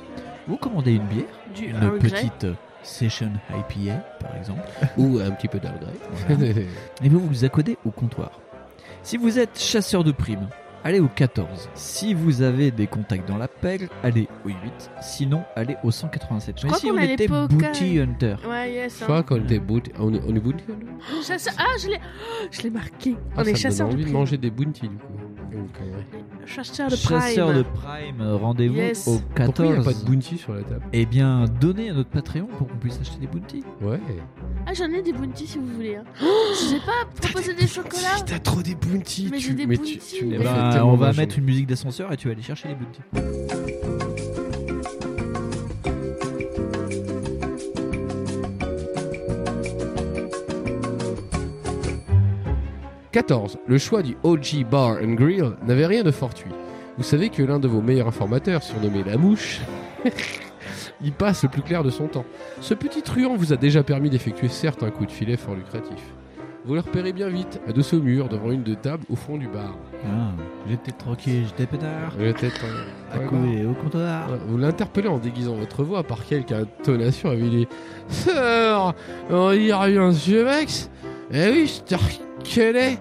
Vous commandez une bière
Du
Une
regret.
petite session IPA, par exemple.
Ou un petit peu d'algré.
Voilà. et vous vous accoudez au comptoir. Si vous êtes chasseur de primes, allez au 14. Si vous avez des contacts dans la pègre, allez au 8. Sinon, allez au 187. Mais
crois
si
qu'on
on
a les
était
poker.
booty hunter.
Ouais, yes. hein.
Fuck, on était bounty. On est on est bounty là
Chasseur- Ah, je l'ai. Oh, je l'ai marqué.
Ah,
on est
ça me donne
chasseur de
envie de
prime.
manger des bounty du coup. Donc, euh, ouais.
Chasseur de prime.
Chasseur de prime, rendez-vous
Yes.
au
Pourquoi il n'y a pas
14.
de bounty sur la table
Eh bien, donnez à notre Patreon pour qu'on puisse acheter des Eh bounties.
Ouais.
Ah, j'en ai des bounties si vous voulez. hein.
Oh
je sais pas proposer des chocolats.
t'as trop des bounty.
Mais j'ai des bounty, mais-
m'as
Eh
fait
ben,
tellement
on va
manger.
mettre une musique d'ascenseur et tu vas aller chercher les bounties.
« 14. Le choix du OG Bar and Grill n'avait rien de fortuit. Vous savez que l'un de vos meilleurs informateurs, surnommé La Mouche, y passe le plus clair de son temps. Ce petit truand vous a déjà permis d'effectuer certes un coup de filet fort lucratif. Vous le repérez bien vite, adossé au mur, devant une de table au fond du bar.
Ah, j'étais tranquille, j'étais pétard.
Euh, peut-être, euh,
À
ouais,
couler au comptoir.
bah, ouais. Vous l'interpellez en déguisant votre voix par quelque intonation avec les Sœur, on Oh, y revient, vieux Max Eh oui, je te reconnais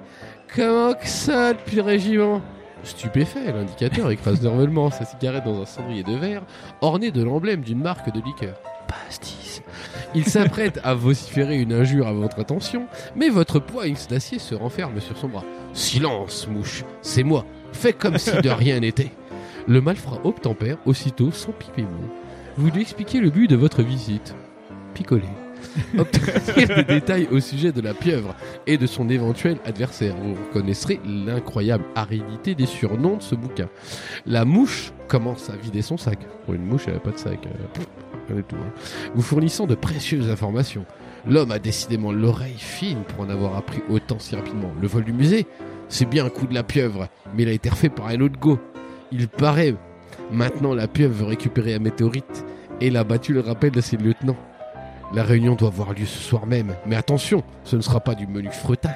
Comment que ça depuis le régiment Stupéfait, l'indicateur écrase normalement sa cigarette dans un cendrier de verre orné de l'emblème d'une marque de liqueur. Pastis. Il s'apprête à vociférer une injure à votre attention, mais votre poids d'acier se renferme sur son bras. Silence, mouche, c'est moi. Fais comme si de rien n'était. Le malfrat obtempère aussitôt sans piper mot. Vous lui expliquez le but de votre visite. Picoler. Obtenir des détails au sujet de la pieuvre et de son éventuel adversaire. Vous reconnaîtrez l'incroyable aridité des surnoms de ce bouquin. La mouche commence à vider son sac. Pour une mouche, elle n'a pas de sac. euh, pff, rien du tout, hein. Vous fournissant de précieuses informations. L'homme a décidément l'oreille fine pour en avoir appris autant si rapidement. Le vol du musée, c'est bien un coup de la pieuvre, mais il a été refait par un autre go. Il paraît. Maintenant, la pieuvre veut récupérer un météorite et l'a battu le rappel de ses lieutenants. La réunion doit avoir lieu ce soir même, mais attention, ce ne sera pas du menu fretin.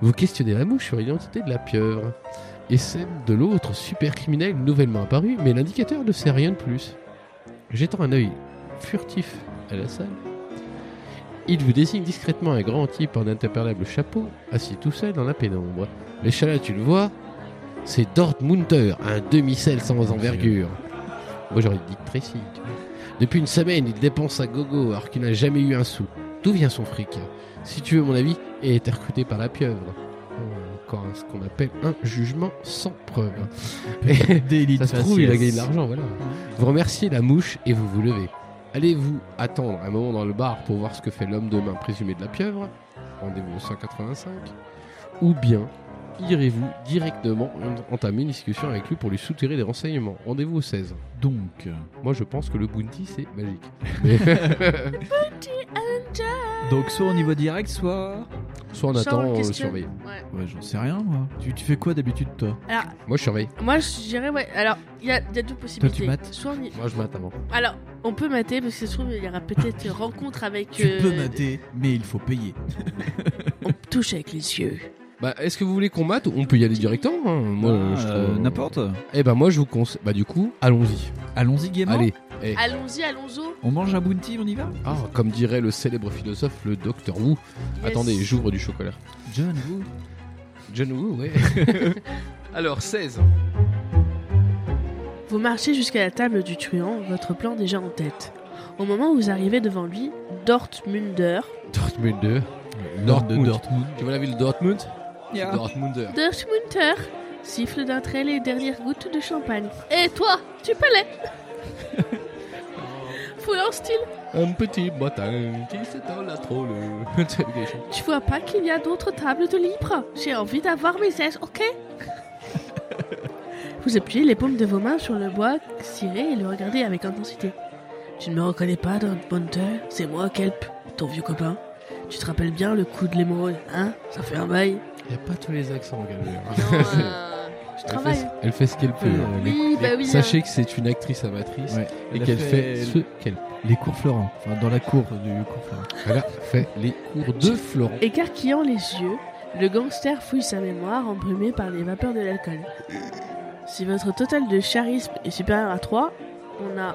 Vous questionnez la mouche sur l'identité de la pieuvre. et celle de l'autre super criminel nouvellement apparu, mais l'indicateur ne sait rien de plus. Jetant un œil furtif à la salle, il vous désigne discrètement un grand type en imperméable chapeau, assis tout seul dans la pénombre. L'échalas, tu le vois, c'est Dortmunder, un demi-sel sans envergure. Moi j'aurais dit Tracy. tu vois. Depuis une semaine, il dépense à gogo alors qu'il n'a jamais eu un sou. D'où vient son fric Si tu veux mon avis, il a été recruté par la pieuvre. Euh, Encore un- ce qu'on appelle un jugement sans preuve. Et-
Délit
ça se trouve, il a gagné de l'argent, voilà. Vous remerciez la mouche et vous vous levez. Allez-vous attendre un moment dans le bar pour voir ce que fait l'homme de main présumé de la pieuvre Rendez-vous au 185. Ou bien irez-vous directement entamer une discussion avec lui pour lui soutirer des renseignements Rendez-vous au 16.
Donc,
Moi, je pense que le bounty, c'est magique.
donc soit au niveau direct, soit.
Soit on
Soit on
attend
le
euh,
questionne.
surveiller.
Ouais.
Ouais, j'en sais rien, moi. Tu, tu fais quoi d'habitude, toi
Moi, je surveille.
Moi, je dirais, ouais. Alors, il y, a il y a deux possibilités.
mates
Soit on y-
Moi, je hein. m'attends. avant.
Alors, on peut mater, parce que ça se trouve, il y aura peut-être une rencontre avec. euh,
mais il faut payer.
On touche avec les yeux.
Bah, est-ce que vous voulez qu'on mate ou on peut y aller directement hein Moi,
Bah,
Ah,
je
euh,
trouve-
N'importe.
Eh ben, moi, je vous conseille. Bah, du coup, allons-y.
Allons-y gaiement.
Allez. Eh.
Allons-y, allons-y.
On mange un bounty, on y va
Ah, comme dirait le célèbre philosophe, le docteur Wu. Attendez, j'ouvre du chocolat.
John, vous
John Wu, ouais. Alors, 16.
Vous marchez jusqu'à la table du truand, votre plan déjà en tête. Au moment où vous arrivez devant lui, Dortmunder,
Dortmund 2.
Lord de
Euh, Dortmund.
Dortmund.
Tu vois la ville de Dortmund
Yeah.
Dortmunder.
Dortmunder siffle d'un trait les dernières gouttes de champagne. Et toi, tu palais Full en style,
Un petit matin qui s'étend la trolle. T'as vu les gens
tu vois pas qu'il y a d'autres tables de libre J'ai envie d'avoir mes ailes, ok Vous appuyez les paumes de vos mains sur le bois ciré et le regardez avec intensité. Tu ne me reconnais pas, Dortmunder C'est moi, Kelp, ton vieux copain. Tu te rappelles bien le coup de l'émeraude, hein Ça fait un bail.
Y a pas tous les accents, galère.
Non, euh, je
Elle fait,
travaille.
elle fait ce qu'elle peut. hein.
Oui, bah oui.
Sachez que c'est une actrice amatrice
Ouais.
et
Elle a
qu'elle fait, ce
le-
qu'elle
les cours Florent. Enfin, dans la cour du cours Florent.
Elle a fait les cours de Florent.
hein. Écarquillant les yeux, le gangster fouille sa mémoire embrumée par les vapeurs de l'alcool. Si votre total de charisme est supérieur à 3, on a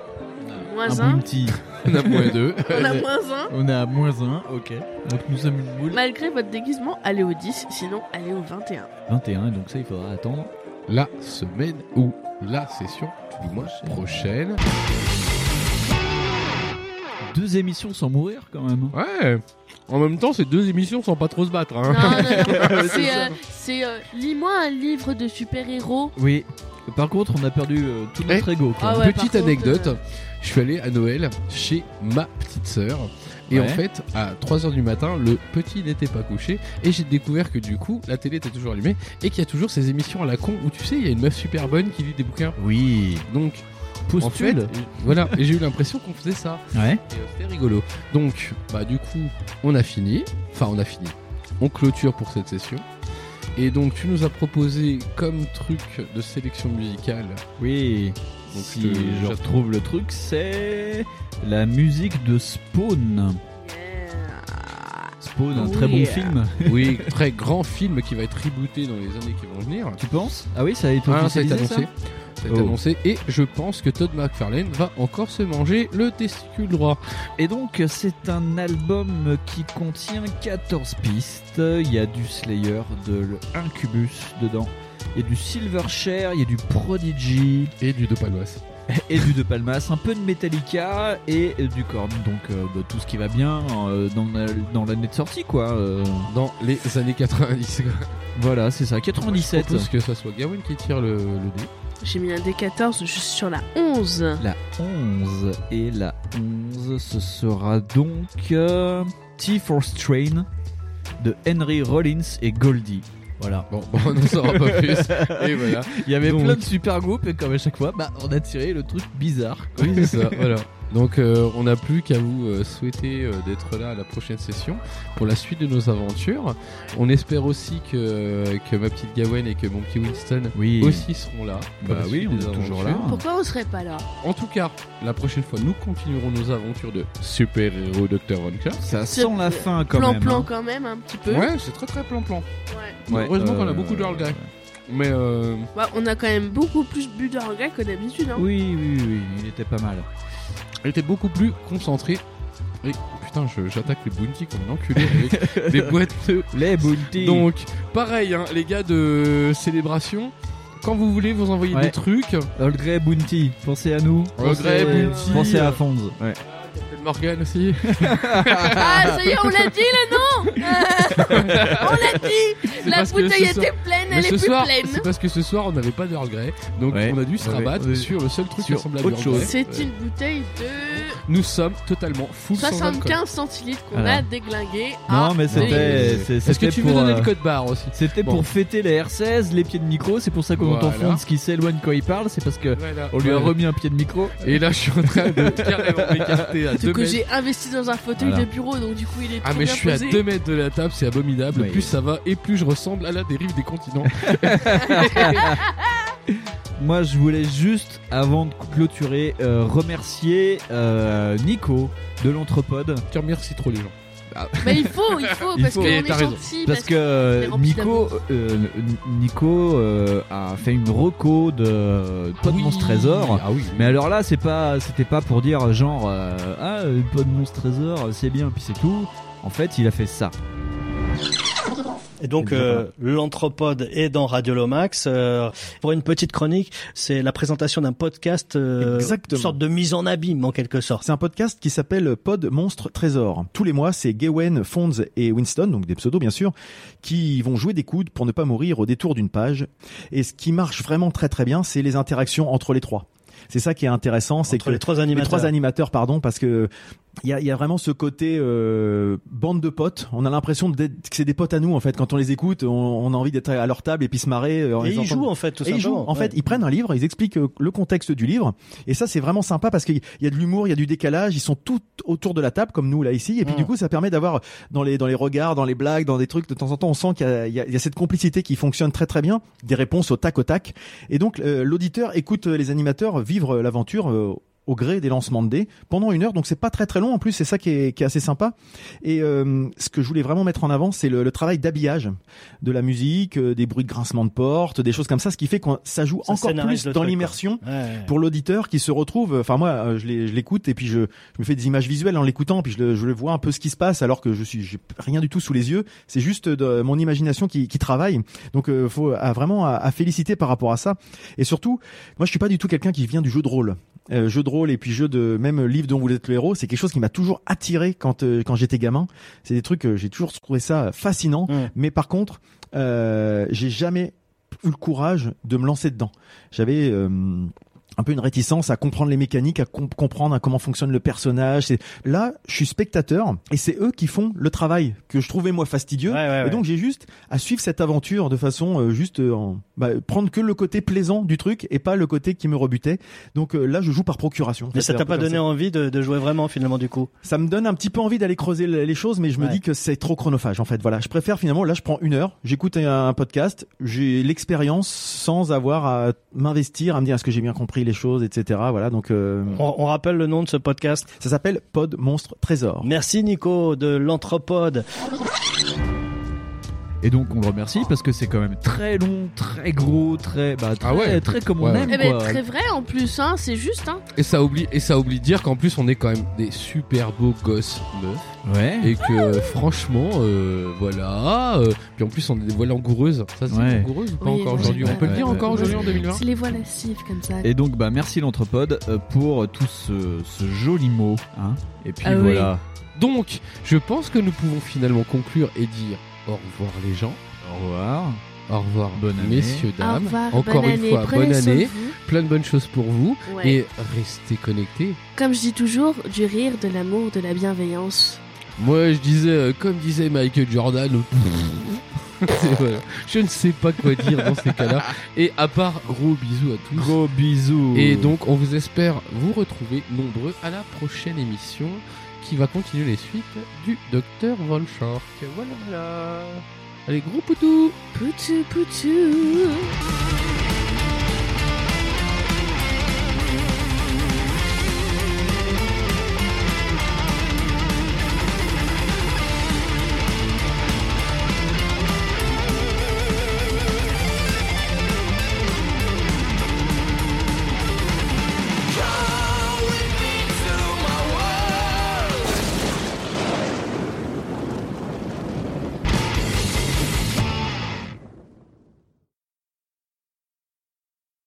moins
un
1.
bounty.
On a moins deux.
On a moins
On a moins un, ok. Donc nous sommes une
1.
boule.
Malgré votre déguisement, allez au 10, sinon allez au 21.
21, donc ça, il faudra attendre.
La semaine ou la session, du moins prochaine.
Deux émissions sans mourir, quand même. hein.
Ouais. En même temps, ces deux émissions sans pas trop se battre.
Non,
Hein.
non, non. c'est. euh, c'est, euh, Lis-moi un livre de super-héros.
Oui. Par contre, on a perdu euh, tout notre ego. quoi.
Ah ouais, par
Petite
contre,
anecdote,
euh,
je suis allé à Noël chez ma petite sœur. Et
Ouais.
en fait, à 3h du matin, le petit n'était pas couché. Et j'ai découvert que du coup, la télé était toujours allumée. Et qu'il y a toujours ces émissions à la con où tu sais, il y a une meuf super bonne qui lit des bouquins.
Oui.
Donc,
Postule.
en fait, voilà. Et j'ai eu l'impression qu'on faisait ça. Et,
Ouais.
euh, C'était rigolo. Donc, bah du coup, on a fini. Enfin, on a fini. On clôture pour cette session. Et donc, tu nous as proposé comme truc de sélection musicale.
Oui.
Donc, euh,
si
je te-
je
j'attends.
retrouve le truc, c'est la musique de Spawn. Spawn,
Oh
un
Oui.
très bon film.
Oui, très grand film qui va être rebooté dans les années qui vont venir.
Tu penses Ah oui, ça a été
Ah, ça a été
officialisé,
annoncé. Ça a été
Oh.
annoncé. Et je pense que Todd McFarlane va encore se manger le testicule droit.
Et donc, c'est un album qui contient 14 pistes. Il y a du Slayer, de l'Incubus dedans. Il y a du Silverchair, il y a du Prodigy
Et du Dopalwas.
et du De Palmas, un peu de Metallica et du Korn. Donc, euh, bah, tout ce qui va bien euh, dans, la- dans l'année de sortie, quoi. Euh,
Dans les années 90.
voilà, c'est ça.
Je
97.
propose que ça soit Gawain qui tire le, le dé.
J'ai mis un D14, je suis sur la 11.
La 11 et la 11 ce sera donc euh, T for Strain de Henry Rollins et Goldie. Voilà.
Bon, bon, on n'en saura pas plus. Et voilà.
Il y avait
Donc-
plein de super groupes et comme à chaque fois, bah, on a tiré le truc bizarre.
Oui, c'est ça, voilà. Donc, euh, on n'a plus qu'à vous euh, souhaiter euh, d'être là à la prochaine session pour la suite de nos aventures. On espère aussi que, que ma petite Gawen et que mon petit Winston
Oui. Bah
aussi seront là. pour la suite des aventures.
Pourquoi on serait pas là
En tout cas, la prochaine fois, nous continuerons nos aventures de super-héros Dr. Von Clark.
Ça
Ce
sent la fin quand
Plan
même.
plan
hein.
quand même un petit peu.
c'est très très plan plan.
Ouais.
Ouais,
Heureusement qu'on
euh,
a beaucoup de Earl Grey. Mais euh,
Bah, on a quand même beaucoup plus bu de regret que d'habitude. Hein.
Oui, oui, oui, il était pas mal.
elle était beaucoup plus concentrée. Et putain, je- j'attaque les bounty comme un enculé avec des boîtes de
Les Bounty
Donc, pareil, hein, les gars de célébration, quand vous voulez, vous envoyez
Ouais.
des trucs.
Earl Grey Bounty, pensez à nous.
Earl
Pensez-
Grey Bounty.
Pensez à Fonz. Ouais.
Morgan aussi.
Ah, ça y est, on l'a dit le nom Euh, On l'a dit La
parce que
bouteille
ce soir-
était pleine,
Mais
elle est
ce
plus
soir,
pleine.
c'est parce que ce soir, on n'avait pas d'Earl Grey. Donc,
Ouais.
on a dû se
Ouais,
rabattre
ouais.
sur le seul truc
Sur
qui ressemble à du
autre
Earl
chose.
Grey.
C'est une bouteille de
Nous sommes totalement full sans alcool.
75 centilitres qu'on
Voilà.
a Ah, déglingué.
Non,
à
mais c'était.
oui.
c'est-
Est-ce que
c'était
tu veux
pour,
donner
euh,
le code barre aussi
C'était
Bon.
pour fêter les R16, les pieds de micro. C'est pour ça qu'on entend
Voilà.
Fonz qui s'éloigne quand il parle. C'est parce que. On lui a
Ouais.
remis un pied de micro.
Et là, je suis en train de carrément m'écarter à
Surtout
2
que
mètres.
j'ai investi dans un fauteuil
Voilà.
de bureau, donc du coup il est
Ah
trop
mais je
bien
suis à
posé.
2 mètres de la table, c'est abominable.
Oui.
Plus ça va et plus je ressemble à la dérive des continents.
Moi, je voulais juste, avant de clôturer, euh, remercier euh, Nico de l'Anthropode.
tu remercies trop les gens.
Mais il faut, il faut,
Il
parce
faut.
qu'on
Et
est
t'as raison.
gentil.
Parce que euh,
est rempli
Nico, euh, Nico euh, a fait une reco de Pas de Monstre Trésor.
Ah oui.
Mais alors là, c'est pas, c'était pas pour dire genre euh, ah euh, pas de monstre trésor, c'est bien, puis c'est tout. En fait, il a fait ça.
Et donc euh, l'anthropode est dans Radiolomax. Euh, pour une petite chronique, c'est la présentation d'un podcast, euh,
Exactement.
une sorte de mise en abîme en quelque sorte.
C'est un podcast qui s'appelle Pod Monstre Trésor. Tous les mois, c'est Gawen, Fonz et Winston, donc des pseudos bien sûr, qui vont jouer des coudes pour ne pas mourir au détour d'une page. Et ce qui marche vraiment très très bien, c'est les interactions entre les trois. C'est ça qui est intéressant, c'est
Entre
que
les trois
les
animateurs.
trois animateurs, pardon, parce que il y a, il y a vraiment ce côté euh, bande de potes. On a l'impression d'être- que c'est des potes à nous en fait. Quand on les écoute, on, on a envie d'être à leur table et puis se marrer. euh, en
et
les
ils
entendant.
jouent en fait tout
Et ils jouent.
simplement.
En fait,
Ouais.
ils prennent un livre, ils expliquent euh, le contexte du livre, et ça c'est vraiment sympa parce qu'il y a de l'humour, il y a du décalage, ils sont tout autour de la table comme nous là ici, et puis
Mm.
du coup ça permet d'avoir dans les dans les regards, dans les blagues, dans des trucs de temps en temps, on sent qu'il y a, il y a- il y a cette complicité qui fonctionne très très bien, des réponses au tac au tac, et donc euh, l'auditeur écoute euh, les animateurs vivre euh, l'aventure. euh, au gré des lancements de dés pendant une heure, donc c'est pas très très long en plus, c'est ça qui est, qui est assez sympa. Et euh, ce que je voulais vraiment mettre en avant, c'est le- le travail d'habillage de la musique, euh, des bruits de grincement de porte, des choses comme ça, ce qui fait qu'on ça joue
Ça
encore
scénarise
plus
le
dans
truc,
l'immersion
Ouais.
pour l'auditeur qui se retrouve. euh, Enfin moi, euh, je l'ai- je l'écoute et puis je, je me fais des images visuelles en l'écoutant, puis je le, je le vois un peu ce qui se passe alors que je suis j'ai rien du tout sous les yeux. C'est juste de, mon imagination qui, qui travaille. Donc euh, faut à- vraiment à, à féliciter par rapport à ça. Et surtout, moi je suis pas du tout quelqu'un qui vient du jeu de rôle. Euh, jeu de rôle et puis jeu de même livre dont vous êtes le héros, c'est quelque chose qui m'a toujours attiré quand euh, quand j'étais gamin. C'est des trucs euh, j'ai toujours trouvé ça fascinant.
Mm.
Mais par contre, euh, j'ai jamais eu le courage de me lancer dedans. J'avais euh, un peu une réticence à comprendre les mécaniques, à com- comprendre à comment fonctionne le personnage. C'est- Là, je suis spectateur et c'est eux qui font le travail que je trouvais moi fastidieux.
Ouais, ouais, ouais.
Et donc j'ai juste à suivre cette aventure de façon euh, juste euh, en- bah, prendre que le côté plaisant du truc et pas le côté qui me rebutait. Donc euh, là je joue par procuration.
mais ça
C'est un
t'a
peu
pas
comme
donné
ça.
envie de, de jouer vraiment finalement du coup
Ça me donne un petit peu envie d'aller creuser le- les choses, mais je me
Ouais.
dis que c'est trop chronophage en fait. Voilà, je préfère finalement là je prends une heure, j'écoute un, un podcast, j'ai l'expérience sans avoir à m'investir, à me dire est-ce que j'ai bien compris les choses, etc. Voilà donc euh,
on, on rappelle le nom de ce podcast.
ça s'appelle Pod Monstre Trésor.
Merci Nico de l'anthropode.
Et donc on le remercie parce que c'est quand même très long, très gros, très bah, très,
Ah ouais.
très comme on
Ouais.
aime
Eh ben,
quoi.
très vrai en plus, hein, c'est juste. Hein.
Et ça oublie et ça oublie de dire qu'en plus on est quand même des super beaux gosses meufs
Ouais.
et que euh, franchement euh, voilà euh, puis en plus on est des voiles langoureuses. Ça c'est
Ouais.
langoureuse ou pas
Oui,
encore
ouais.
aujourd'hui. On peut le
Ouais,
dire
ouais,
encore
ouais.
aujourd'hui en 2020.
C'est les voix lascives comme ça.
Et donc bah merci l'anthropode euh, pour tout ce, ce joli mot hein. Et puis
Ah oui.
voilà.
Donc, je pense que nous pouvons finalement conclure et dire au revoir les gens.
Au revoir.
Au revoir,
Bonne année.
messieurs,
Au
dames.
revoir,
Encore
bonne
une
année,
fois,
prenez
bonne
soin de
année.
vous.
Plein de bonnes choses pour vous.
Ouais.
Et restez connectés.
Comme je dis toujours, du rire, de l'amour, de la bienveillance.
Moi, je disais, euh, comme disait Michael Jordan, C'est- voilà. je ne sais pas quoi dire dans ces cas-là. Et à part, gros bisous à tous.
Gros bisous.
Et donc, on vous espère vous retrouver nombreux à la prochaine émission qui va continuer les suites du Dr. Von Shark. Voilà, voilà. Allez, gros poutou
Poutou, poutou.